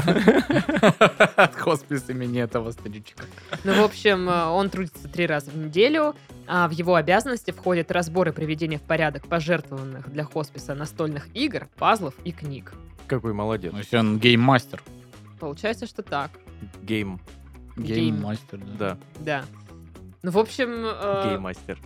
S3: Хоспис имени этого старичка.
S1: Ну, в общем, э, он трудится три раза в неделю, а в его обязанности входят разборы приведения в порядок пожертвованных для хосписа настольных игр, пазлов и книг.
S2: Какой молодец.
S3: Ну, если он гейммастер.
S1: Получается, что так,
S2: Гейм.
S1: Гейм.
S3: Гейммастер, да.
S2: Да,
S1: да. Ну, в общем, э,
S2: гейммастер.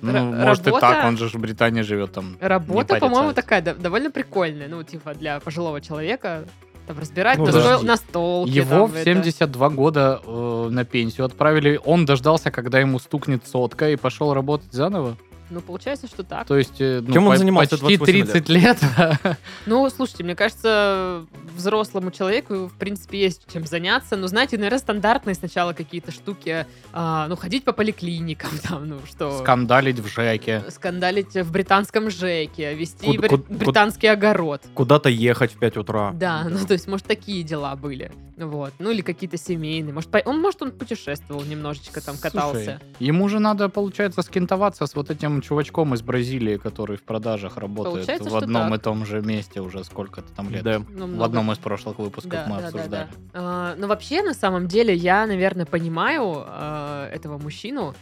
S3: Ну,
S1: Р-
S3: может и
S1: работа-
S3: так, он же ж в Британии живет там.
S1: работа,
S3: не
S1: по-моему,
S3: парится.
S1: такая да- довольно прикольная. Ну, типа, для пожилого человека, там, разбирать
S2: Ну,
S1: настол-
S3: подожди.
S1: настолки.
S3: Его
S1: там,
S3: в
S1: это.
S3: 72 года э, на пенсию отправили. Он дождался, когда ему стукнет сотка и пошел работать заново.
S1: Ну, получается, что так.
S3: То есть, э, ну,
S2: Чем он
S3: по-
S2: занимался
S3: почти
S2: 28 лет?
S3: 30 лет.
S1: Ну, слушайте, мне кажется, взрослому человеку, в принципе, есть чем заняться. Но, знаете, наверное, стандартные сначала какие-то штуки. а, ну, ходить по поликлиникам, там, ну, что...
S3: Скандалить в ЖЭКе.
S1: Скандалить в британском ЖЭКе, вести
S2: Куд-
S1: бри-
S2: куд- А. куд-
S1: британский огород.
S2: Куда-то ехать в 5 утра.
S1: Да, ну то есть, может, такие дела были. Вот. Ну, или какие-то семейные. Может, по- он, может, он путешествовал немножечко, там катался.
S3: Слушай, ему же надо, получается, скинтоваться с вот этим чувачком из Бразилии, который в продажах работает
S1: Получается,
S3: в
S1: что
S3: одном
S1: так.
S3: и том же месте уже сколько-то там лет.
S2: Да.
S1: Ну,
S3: В
S1: много-
S3: одном из прошлых выпусков
S1: Да,
S3: мы
S1: да, да,
S3: обсуждали.
S1: да. А, ну, вообще, на самом деле, я, наверное, понимаю а, этого мужчину,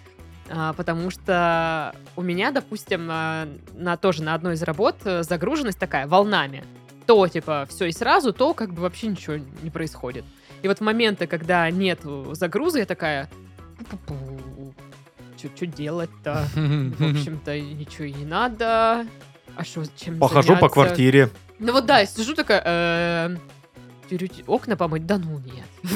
S1: а, потому что у меня, допустим, на, на- тоже на одной из работ э, загруженность такая волнами. То, типа, все и сразу, то, как бы вообще ничего не происходит. И вот в моменты, когда нет загруза, я такая... Что делать-то? В общем-то, и ничего и не надо. А что, чем
S2: Похожу по
S1: заняться?
S2: квартире.
S1: Ну вот да, я сижу такая, эм, тюрю- окна помыть, да ну нет,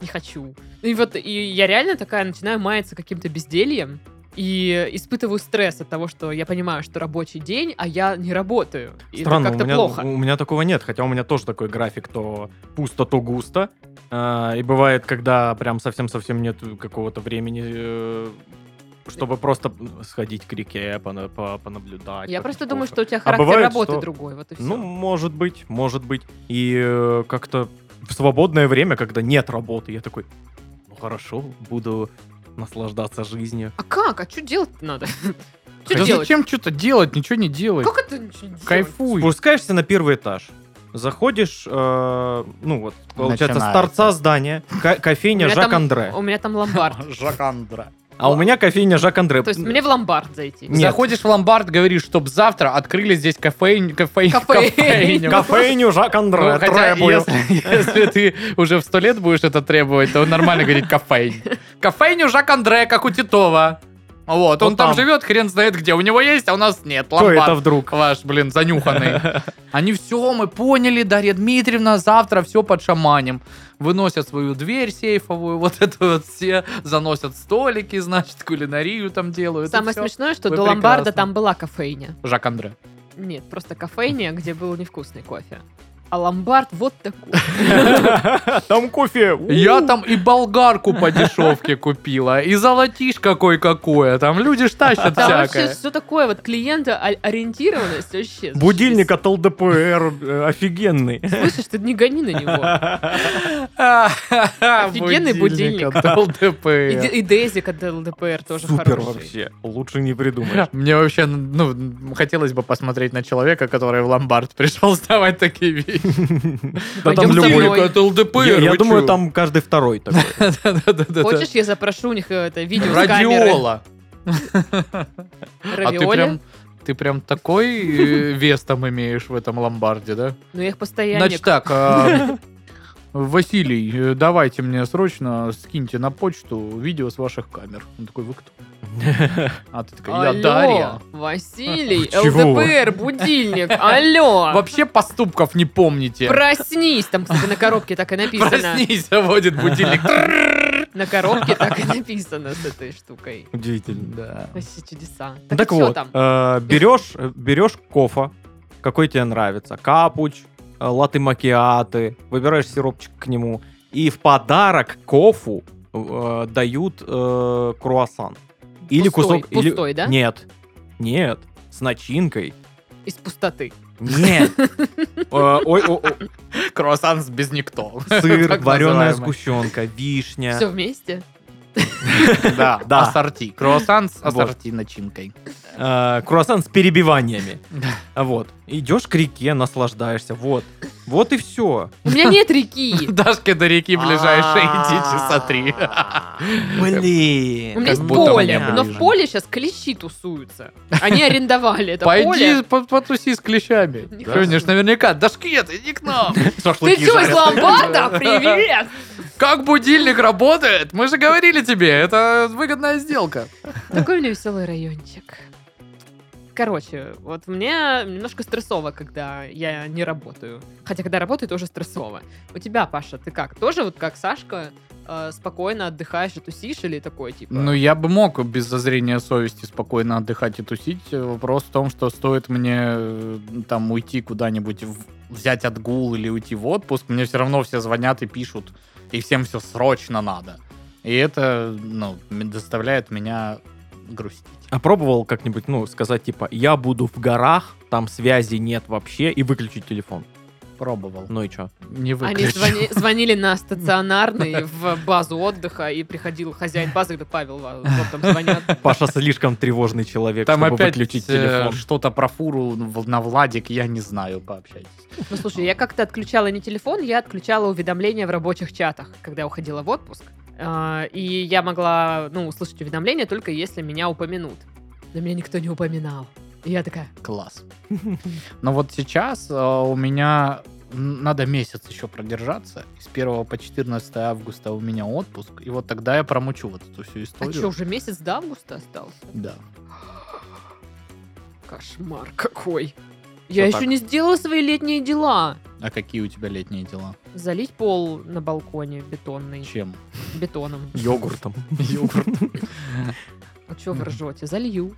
S1: не хочу. И вот и я реально такая начинаю маяться каким-то бездельем и испытываю стресс от того, что я понимаю, что рабочий день, а я не работаю. И это
S2: Странно, у
S1: как-то
S2: меня,
S1: плохо.
S2: у меня такого нет, хотя у меня тоже такой график, то пусто, то густо. А, и бывает, когда прям совсем-совсем нет какого-то времени, э, чтобы просто сходить к реке, пона- по- понаблюдать.
S1: Я просто
S2: попить
S1: думаю,
S2: кофе.
S1: что у тебя характер
S2: А бывает,
S1: работы
S2: что-
S1: другой, вот и все.
S2: Ну, может быть, может быть. И э, как-то в свободное время, когда нет работы, я такой, ну хорошо, буду наслаждаться жизнью.
S1: А как? А что делать надо?
S3: Да
S1: Что делать?
S3: зачем что-то делать? Ничего не делай.
S1: Как это ничего не делать?
S3: Кайфуй.
S2: Спускаешься на первый этаж. Заходишь, э, ну вот, получается, с
S3: Начинается.
S2: торца здания, ко-
S1: У
S2: кофейня
S1: меня
S2: Жак
S1: там-
S2: Андре.
S1: У меня там ломбард.
S3: Жакандра.
S2: А у меня кофейня Жак Андре.
S1: То есть мне в ломбард зайти.
S2: Нет.
S3: Заходишь в ломбард, говоришь, чтоб завтра открыли здесь кафе... Кафе...
S1: Кофейню.
S2: Кофейню Жак
S3: Ну,
S2: Андре
S3: хотя,
S2: требую.
S3: если, если ты уже в сто лет будешь это требовать, то нормально говорить кофейнь. Кофейню Жак Андре, как у Титова. Вот, он
S2: Вот
S3: там
S2: там.
S3: живет, хрен знает где. У него есть, а у нас нет.
S2: Кто
S3: Ломбард
S2: это вдруг?
S3: ваш, блин, занюханный. Они все, мы поняли, Дарья Дмитриевна, завтра все под шаманем. Выносят свою дверь сейфовую, вот это вот все, заносят столики, значит, кулинарию там делают. и
S1: Самое
S3: всё.
S1: смешное, что
S3: Вы
S1: до ломбарда
S3: прекрасны.
S1: там была кофейня.
S3: Жак Андре.
S1: Нет, просто кофейня, где был невкусный кофе. А ломбард вот такой.
S2: Там кофе. у.
S3: Я там и болгарку по дешевке купила, и золотишь какой-какое. Там люди ж тащат
S1: Там вообще
S3: всякое.
S1: все такое, вот клиента о- ориентированность вообще.
S2: Будильник от ЛДПР э, офигенный.
S1: Слышишь, ты не гони на него. Офигенный будильник.
S3: от
S1: И
S3: ЛДПР.
S1: Д- И Дейзик от ЛДПР тоже
S2: Супер
S1: хороший.
S2: вообще. Лучше не придумаешь.
S3: Мне вообще, ну, хотелось бы посмотреть на человека, который в ломбард пришел сдавать такие вещи.
S2: Да там
S1: Пойдём со
S2: любой.
S1: мной.
S3: Будильник от ЛДПР.
S2: Я- Я
S3: вы
S2: думаю,
S3: чё?
S2: там каждый второй такой.
S3: Да-да-да-да.
S1: Хочешь, я запрошу у них э, это видео с камеры?
S3: Радиола. А ты
S1: Равиоли.
S3: прям, ты прям такой э, вес там имеешь в этом ломбарде, да?
S1: Ну, я их
S3: Значит
S1: постоянник.
S3: так, а, Василий, э, давайте мне срочно скиньте на почту видео с ваших камер. Он такой, вы кто? А ты такая, я
S1: Алло,
S3: Дарья.
S1: Василий,
S2: Чего?
S1: ЛДПР, будильник, алло.
S3: Вообще поступков не помните.
S1: Проснись, там, кстати, на коробке так и написано.
S3: Проснись, заводит будильник.
S1: На коробке так и написано с этой штукой.
S2: Удивительно.
S3: Да.
S1: Вообще чудеса.
S2: Так,
S1: и чё
S2: вот,
S1: там?
S2: э, берешь, берешь кофе, какой тебе нравится, капуч, э, латте макиаты, выбираешь сиропчик к нему, и в подарок кофу э, дают э, круассан. Или
S1: Пустой,
S2: кусок... или-
S1: пустой, да?
S2: Нет, нет, с начинкой.
S1: Из пустоты.
S2: Нет. Э, ой, о- о,
S3: Круассан с без никто.
S2: Сыр,
S3: Так
S2: вареная
S3: называемый.
S2: сгущенка, вишня.
S1: Все вместе?
S3: Да,
S2: Да.
S3: ассорти. Круассан с
S2: Вот.
S3: ассорти начинкой.
S2: Э, круассан с перебиваниями. Вот. Идешь к реке, наслаждаешься. Вот. Вот и все.
S1: У меня нет реки.
S3: Дашке до реки ближайшие иди часа три.
S1: У
S2: Блин.
S1: меня есть
S3: будто
S1: поле.
S3: мне
S1: Но в
S3: ближе.
S1: поле сейчас клещи тусуются. Они арендовали это
S3: Пойди
S1: поле.
S3: по- потуси с клещами.
S1: Не
S3: Да.
S1: хочу.
S3: Конечно, наверняка. Дашки, ты иди к нам.
S1: Ты что, из
S3: жарят.
S1: ломбарда? Привет!
S3: Как будильник работает? Мы же говорили тебе, это выгодная сделка.
S1: Такой у меня веселый райончик. Короче, вот мне немножко стрессово, когда я не работаю. Хотя, когда работаю, тоже стрессово. У тебя, Паша, ты как? Тоже вот как Сашка э, спокойно отдыхаешь и тусишь или такой, типа?
S3: Ну, я бы мог без зазрения совести спокойно отдыхать и тусить. Вопрос в том, что стоит мне э, там уйти куда-нибудь, в- взять отгул или уйти в отпуск, мне все равно все звонят и пишут, и всем все срочно надо. И это, ну, м- заставляет меня грустить.
S2: А пробовал как-нибудь, ну, сказать, типа, я буду в горах, там связи нет вообще, и выключить телефон.
S3: Пробовал.
S2: Ну и что?
S3: Не
S1: Они
S3: выключил.
S1: звони- звонили на стационарный в базу отдыха, и приходил хозяин базы, говорит, Павел, ва- вот там звонят.
S2: Паша слишком тревожный человек,
S3: Там
S2: чтобы
S3: опять
S2: выключить
S3: э,
S2: телефон.
S3: что-то про фуру в- на Владик, я не знаю, пообщайтесь.
S1: Ну, слушай, я как-то отключала не телефон, я отключала уведомления в рабочих чатах, когда уходила в отпуск. А, И я могла, ну, услышать уведомления только если меня упомянут. Но меня никто не упоминал. И я такая,
S3: Класс. Но вот сейчас э, у меня м, надо месяц еще продержаться. С 1 по 14 августа у меня отпуск. И вот тогда я промучу вот эту всю
S1: а
S3: историю.
S1: что, уже месяц до августа остался?
S3: Да.
S1: Кошмар какой. Я
S3: Всё
S1: еще
S3: так.
S1: не сделала свои летние дела.
S3: А какие у тебя летние дела?
S1: Залить пол на балконе бетонный,
S3: Чем?
S1: бетоном.
S2: Йогуртом.
S3: Йогурт.
S1: А что вы ржете? Залью.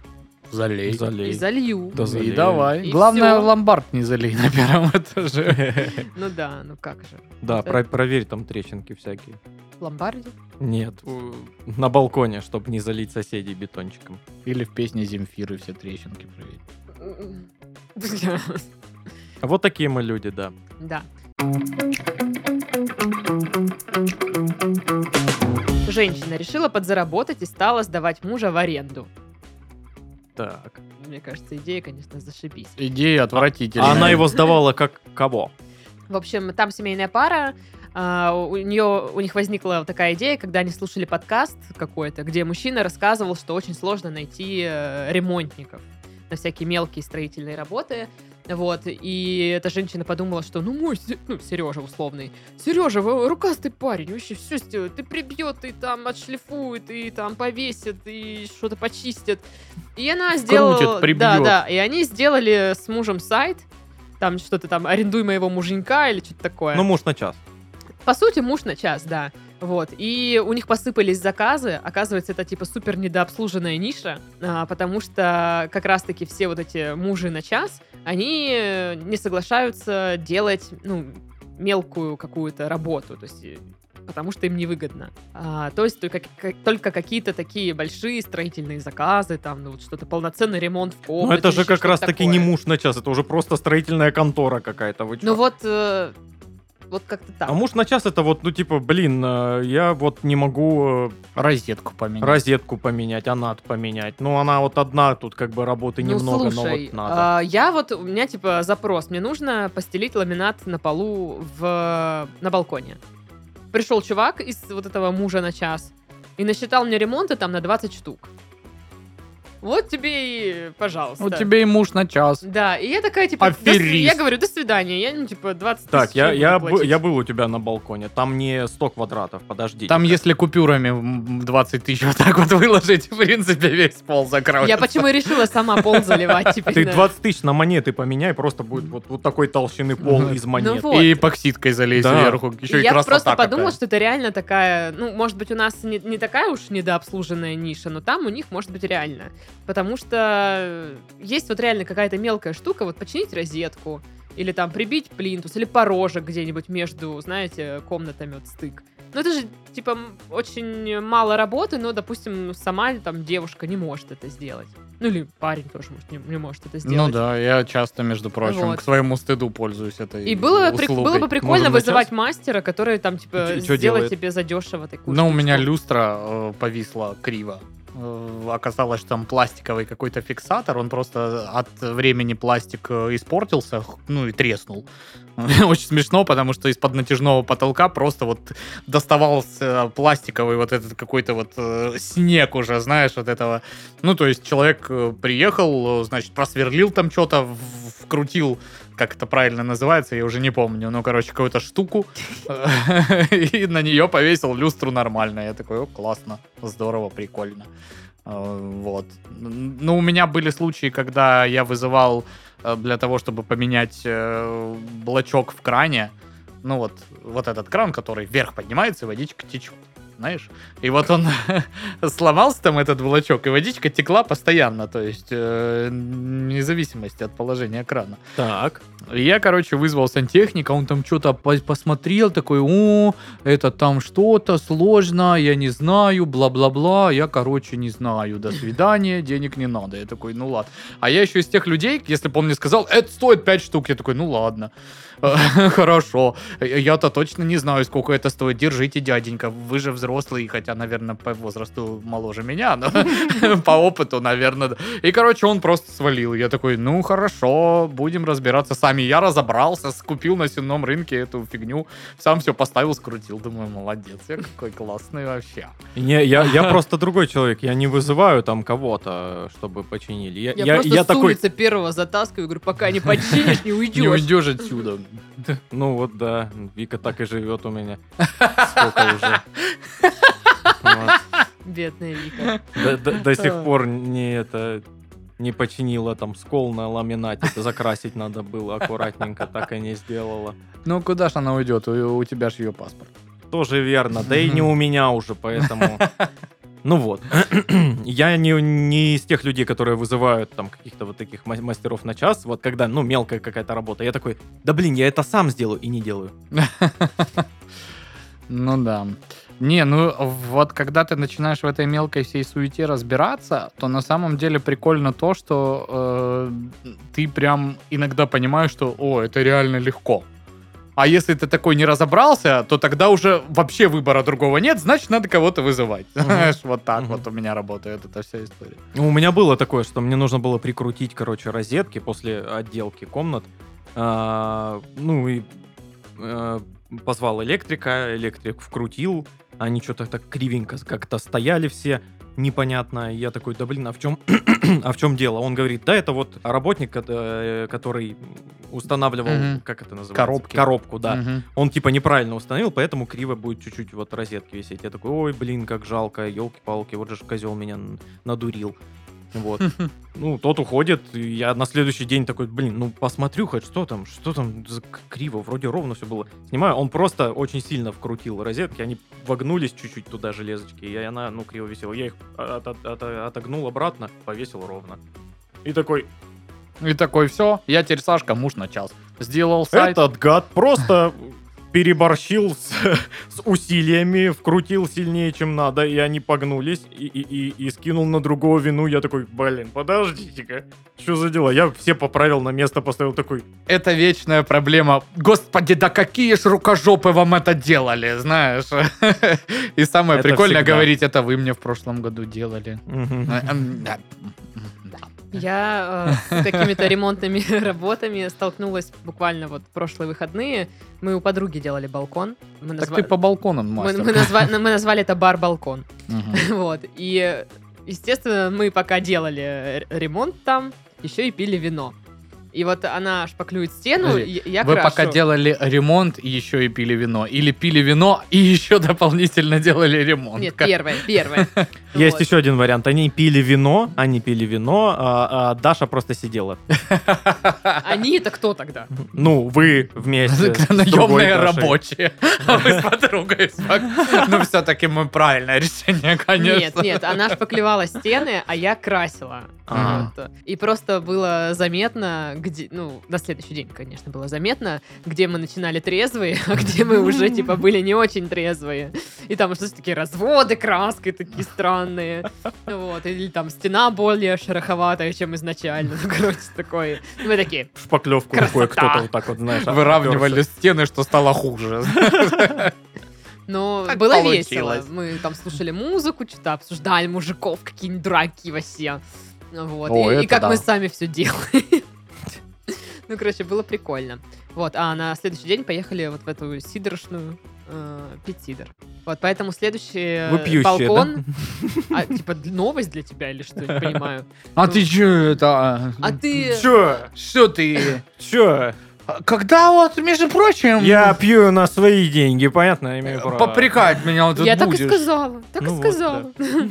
S3: Залей.
S1: И
S2: Залей.
S1: залью.
S2: Да залей.
S3: И давай.
S1: И
S3: Главное,
S1: всё.
S3: ломбард не залей на первом этаже.
S1: Ну да, ну как же.
S2: Да,
S1: Это-
S2: про- проверь там трещинки всякие.
S1: В ломбарде?
S2: Нет, у- на балконе, чтобы не залить соседей бетончиком.
S3: Или в песне Земфиры все трещинки проверить.
S1: Бля.
S2: Вот такие мы люди, да.
S1: Да. Женщина решила подзаработать и стала сдавать мужа в аренду.
S2: Так.
S1: Мне кажется, идея, конечно, зашибись.
S3: Идея отвратительная.
S2: А она его сдавала как кого?
S1: В общем, там семейная пара. а, у нее, у них возникла такая идея, когда они слушали подкаст какой-то, где мужчина рассказывал, что очень сложно найти э, ремонтников на всякие мелкие строительные работы. Вот, и эта женщина подумала, что ну мой, Се- ну, Сережа условный, Сережа, вы- рукастый парень, вообще все сделает, и прибьет, и там отшлифует, и там повесит, и что-то почистит. И она сделала...
S3: прибьет.
S1: Да, да, и они сделали с мужем сайт, там что-то там, арендуй моего муженька или что-то такое.
S2: Ну, муж на час.
S1: По сути, муж на час, да. Вот. И у них посыпались заказы. Оказывается, это типа супер недообслуженная ниша, а, потому что как раз-таки все вот эти мужи на час, они э, не соглашаются делать, ну, мелкую какую-то работу, то есть э, потому что им невыгодно. А, то есть только, как- только какие-то такие большие строительные заказы, там, ну, вот что-то полноценный ремонт в комнате.
S2: Ну, это же
S1: еще
S2: как
S1: что-то
S2: раз таки не
S1: такое.
S2: муж на час, это уже просто строительная контора какая-то. Вы чё?
S1: Ну вот, э, вот как-то так.
S2: А муж на час это вот, ну, типа, блин, э, я вот не могу э,
S3: Розетку поменять.
S2: розетку поменять, а надо поменять. Ну, она вот одна тут как бы работы
S1: Ну,
S2: немного,
S1: слушай,
S2: но вот надо.
S1: а, я вот, у меня типа запрос, мне нужно постелить ламинат на полу в, на балконе. Пришел чувак из вот этого мужа на час и насчитал мне ремонта там на 20 штук. Вот тебе и, пожалуйста.
S3: Вот тебе и муж на час.
S1: Да, и я такая, типа, до сви-
S3: Аферист.
S1: я говорю, до свидания, я, ну, типа, 20
S2: Так,
S1: тысяч
S2: я,
S1: буду
S2: я, бы-
S1: платить.
S2: я был у тебя на балконе, там не 100 квадратов, подожди.
S3: Там, если купюрами м, 20 тысяч вот так вот выложить, в принципе, весь пол закроется.
S1: Я почему и решила сама пол заливать теперь.
S2: Ты
S1: да.
S2: 20 тысяч на монеты поменяй, просто будет вот, вот такой толщины пол
S3: Ну,
S2: из монет.
S1: вот.
S3: И эпоксидкой залезть
S2: Да.
S3: сверху. Еще и
S1: я
S3: красота
S1: просто подумала,
S3: какая.
S1: что это реально такая, ну, может быть, у нас не, не такая уж недообслуженная ниша, но там у них может быть реально. Потому что есть вот реально какая-то мелкая штука, вот починить розетку, или там прибить плинтус, или порожек где-нибудь между, знаете, комнатами вот стык. Ну, это же, типа, м, очень мало работы, но, допустим, сама там девушка не может это сделать. Ну, или парень тоже может, не, не может это сделать.
S3: Ну да, я часто, между прочим,
S1: Вот.
S3: к своему стыду пользуюсь этой
S1: И было, бы прик- было бы
S3: услугой.
S1: прикольно
S2: Можем начать?
S1: вызывать мастера, который там, типа,
S2: Чё- чё
S1: сделает
S2: делает?
S1: тебе задешево такую
S3: Но Ну, у меня
S1: штучку.
S3: люстра э, повисла криво. Э, Оказалось, что там пластиковый какой-то фиксатор, он просто от времени пластик э, испортился, х- ну и треснул. Очень смешно, потому что из-под натяжного потолка просто вот доставался пластиковый вот этот какой-то вот э, снег уже, знаешь, вот этого. Ну, то есть человек э, приехал, э, значит, просверлил там что-то, в- вкрутил, как это правильно называется, я уже не помню, ну, короче, какую-то штуку, и на нее повесил люстру нормально. Я такой, о, классно, здорово, прикольно. Э, Вот. Ну, у меня были случаи, когда я вызывал э, для того, чтобы поменять э, блочок в кране. Ну, вот, вот этот кран, который вверх поднимается, и водичка течет. Знаешь? И вот он сломался там этот блочок, и водичка текла постоянно, то есть э, вне зависимости от положения крана.
S2: Так.
S3: И Я, короче, вызвал сантехника, он там что-то по- посмотрел, такой, о, это там что-то сложно, я не знаю, бла-бла-бла, я, короче, не знаю, до свидания, денег не надо. Я такой, ну ладно. А я еще из тех людей, если бы он мне сказал, это стоит 5 штук, я такой, ну ладно, хорошо, я-то точно не знаю, сколько это стоит, держите, дяденька, вы же взрослый, хотя, наверное, по возрасту моложе меня, но по опыту, наверное, и, короче, он просто свалил. Я такой, ну, хорошо, будем разбираться сами. Я разобрался, скупил на сенном рынке эту фигню, сам все поставил, скрутил. Думаю, молодец, я какой классный вообще.
S2: Не, я, я просто другой человек, я не вызываю там кого-то, чтобы починили. Я,
S1: Я,
S2: я-
S1: просто
S2: я
S1: с
S2: такой,
S1: улицы первого затаскиваю, говорю, пока не починишь, не
S3: Не
S1: уйдешь.
S3: уйдешь отсюда.
S2: ну вот да, Вика так и живет у меня. Сколько уже. Вот.
S1: Бедная Вика.
S2: До- До до сих пор не это не починила там скол на ламинате, это закрасить надо было аккуратненько, так и не сделала.
S3: Ну, куда ж она уйдет? У, у тебя ж ее паспорт.
S2: Тоже верно, да и не у меня уже, поэтому... Ну вот, я не, не из тех людей, которые вызывают там каких-то вот таких ма- мастеров на час, вот когда, ну, мелкая какая-то работа, я такой, да блин, я это сам сделаю и не делаю.
S3: Ну да. Не, ну вот когда ты начинаешь в этой мелкой всей суете разбираться, то на самом деле прикольно то, что э, ты прям иногда понимаешь, что о, это реально легко. А если ты такой не разобрался, то тогда уже вообще выбора другого нет, значит, надо кого-то вызывать. Знаешь, вот так
S2: Мгм.
S3: вот у меня работает эта вся история.
S2: Ну, У меня было такое, что мне нужно было прикрутить, короче, розетки после отделки комнат. А, ну и э, позвал электрика, электрик вкрутил, они что-то так кривенько как-то стояли все, непонятно. И я такой, да блин, а в чем, а в чем дело? Он говорит, да это вот работник, э, который устанавливал,
S3: Мгм.
S2: как это называется?
S3: Коробки.
S2: Коробку, да
S3: Мгм.
S2: он типа неправильно установил, поэтому криво будет чуть-чуть вот розетки висеть. Я такой, ой, блин, как жалко, елки-палки, вот же ж козел меня н- надурил. Вот. Ну, тот уходит, и я на следующий день такой, блин, ну посмотрю хоть, что там, что там за к- криво, вроде ровно все было. Снимаю, он просто очень сильно вкрутил розетки, они вогнулись чуть-чуть туда железочки, и она, ну, криво висела. Я их от- от- от- отогнул обратно, повесил ровно. И такой,
S3: И такой, все, я теперь Сашка, муж на час. Сделал сайт.
S5: Этот гад просто переборщил с, с усилиями, вкрутил сильнее, чем надо, и они погнулись, и, и- и- и скинул на другого вину. Я такой, блин, подождите-ка, что за дела? Я все поправил, на место поставил такой.
S3: Это вечная проблема. Господи, да какие ж рукожопы вам это делали, знаешь. И самое
S2: Это
S3: прикольное
S2: всегда.
S3: говорить, это вы мне в прошлом году делали.
S2: «Мгм».
S1: А,
S3: Эм, да. Да.
S1: Я э, с какими-то ремонтными работами столкнулась буквально вот прошлые выходные. Мы у подруги делали балкон. Мы
S3: Так
S1: назва-
S3: ты по балконам
S1: мы,
S3: мастер.
S1: мы назва- мы назвали это бар-балкон.
S3: Мгм.
S1: Вот. И, естественно, мы пока делали э, р- ремонт там, еще и пили вино. И вот она шпаклюет стену,
S3: Подожди,
S1: и я
S3: Вы
S1: крашу.
S3: пока делали ремонт и еще и пили вино. Или пили вино и еще дополнительно делали ремонт.
S1: Нет,
S3: Как-
S1: первое, первое.
S2: Есть
S1: Вот.
S2: еще один вариант. Они пили вино, они пили вино, а- а Даша просто сидела.
S1: Они это кто тогда?
S2: Ну, вы вместе. с другой
S3: Наемные
S2: Дашей.
S3: рабочие. А вы с подругой. с- Ну, все-таки мы правильное решение,
S1: Нет,
S3: конечно.
S1: нет, она шпаклевала стены, а я красила.
S2: Ага.
S1: Вот. И просто было заметно, где, ну, на следующий день, конечно, было заметно, где мы начинали трезвые, а где мы уже, типа, были не очень трезвые. И там что-то такие разводы краской такие странные. Вот. Или там стена более шероховатая, чем изначально. Ну, короче, такое. Мы такие,
S5: Шпаклевку рукой
S1: Красота.
S5: кто-то вот так вот, знаешь.
S3: Выравнивали стены, что стало хуже.
S1: ну,
S3: Так
S1: было весело.
S3: получилось.
S1: Мы там слушали музыку, что-то обсуждали мужиков, какие-нибудь драки вообще. Вот.
S3: О,
S1: и, и
S3: это
S1: как
S3: да.
S1: мы сами все делаем. Ну, короче, было прикольно. Вот, а на следующий день поехали вот в эту сидоршную э, пить сидор. Вот, поэтому следующий
S2: Вы
S1: э,
S2: пьющие,
S1: балкон... А, типа, д- новость для тебя или что, не понимаю.
S3: А ты че это?
S1: А ты...
S5: Чё?
S3: Что ты?
S5: Чё?
S3: А Когда вот, между прочим,
S5: Я пью на свои деньги, понятно? Я имею право.
S3: попрекать меня вот тут
S1: Я так и
S3: А будешь?
S1: сказала, так
S2: Ну
S1: и
S2: вот,
S1: сказала.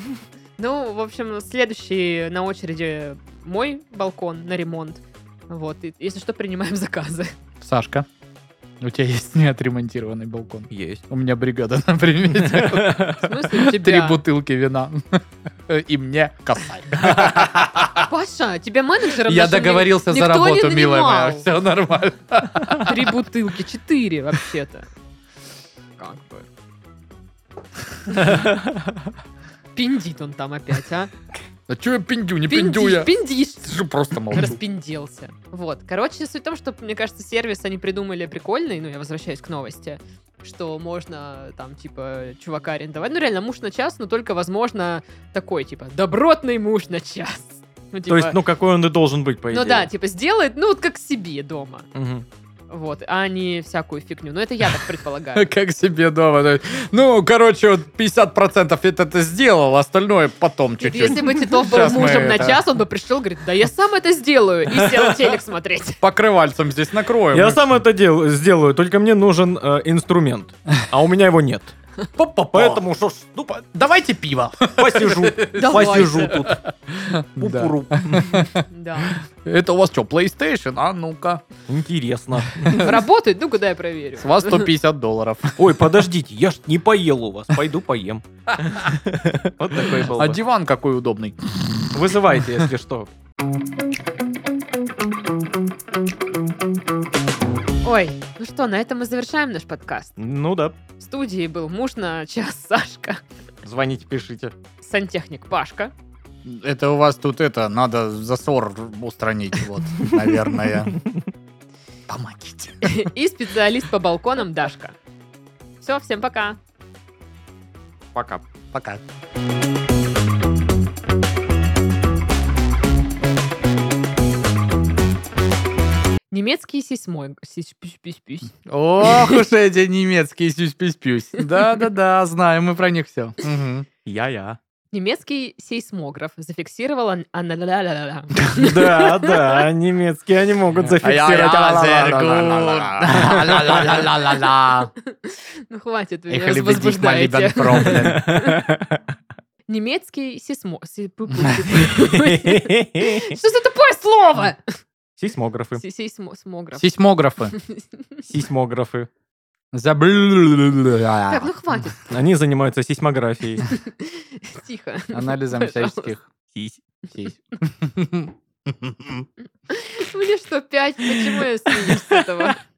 S1: Ну, в общем, следующий на очереди мой балкон на ремонт. Вот, и- если что, принимаем заказы.
S3: Сашка, у тебя есть неотремонтированный балкон?
S2: Есть.
S3: У меня бригада на примете.
S1: В смысле, Ну, у
S3: Три
S1: тебя?
S3: бутылки вина. И мне косарь.
S1: Паша, тебя менеджером
S3: Я
S1: нашим ни-
S3: договорился за
S1: никто не
S3: работу, милая моя.
S1: нанимал.
S3: Все нормально.
S1: Три бутылки, четыре вообще-то. Как бы. Пиндит он там опять, а?
S3: А че я пиндю? Не
S1: Пиндиш, пиндиш.
S3: Ты же Просто молчу.
S1: Распинделся. Вот. Короче, суть в том, что, мне кажется, сервис они придумали прикольный, ну, я возвращаюсь к новости, что можно там, типа, чувака арендовать. Ну, реально, муж на час, но только, возможно, такой, типа, добротный муж на час. Ну,
S2: То есть, ну, какой он и должен быть, по идее.
S1: ну да, типа, сделает, ну, вот как себе дома.
S2: Мгм.
S1: Вот, а не всякую фигню. Ну, это я так предполагаю.
S3: Как себе дома. то есть, Ну, короче, вот 50% это ты сделал, остальное потом
S1: Нет,
S3: чуть-чуть.
S1: Если бы Титов был
S3: Сейчас мы
S1: мужем на
S3: это-
S1: час, он бы пришел, говорит, да я сам это сделаю, и сел телек смотреть.
S3: Покрывальцем здесь накроем.
S5: Я сам это дел- сделаю, только мне нужен э, инструмент, а у меня его нет.
S3: Поэтому
S5: Поэтому что ж, ну,
S3: давайте пиво.
S5: посижу,
S1: Давайте.
S5: посижу тут. Пупуру.
S1: Да.
S3: Это у вас что, PlayStation? А ну-ка.
S2: Интересно.
S1: Работает? Ну, куда я проверю?
S3: С вас 150 долларов.
S2: Ой, подождите, я ж не поел у вас, пойду поем. Вот такой был.
S3: А
S2: бы.
S3: диван какой удобный.
S2: Вызывайте, если что.
S1: Ой, ну что, на этом мы завершаем наш подкаст.
S2: Ну да,
S1: В студии был муж на час Сашка,
S2: звоните, пишите.
S1: сантехник Пашка.
S3: Это у вас тут это, надо засор устранить, вот, наверное. Помогите.
S1: И специалист по балконам Дашка. Все, всем пока.
S2: Пока.
S3: Пока.
S1: Немецкие сейсмой... сись- пись- пись- пись.
S3: Ох уж эти немецкие сюсь-пись-пюсь. Да-да-да, знаем мы про них все.
S2: Я-я.
S1: Немецкий сейсмограф зафиксировал... ан- аналяляля.
S2: Да, да, немецкие они могут зафиксировать. А,
S1: Ну хватит, вы
S3: Эх,
S1: меня
S3: любит их
S1: возбуждаете.
S3: малибен проблем.
S1: Немецкий сейсмо... се- пу- пу- пу- Что за тупое слово?
S2: Сейсмографы.
S1: Се- Сейсмограф.
S3: Сейсмографы.
S2: Сейсмографы.
S3: Забл-
S1: Так, ну хватит.
S2: Они занимаются сейсмографией.
S1: Тихо.
S3: Анализом
S1: Пожалуйста.
S3: всяческих. Сись.
S1: Мне что, пять? Почему я смеюсь с этого?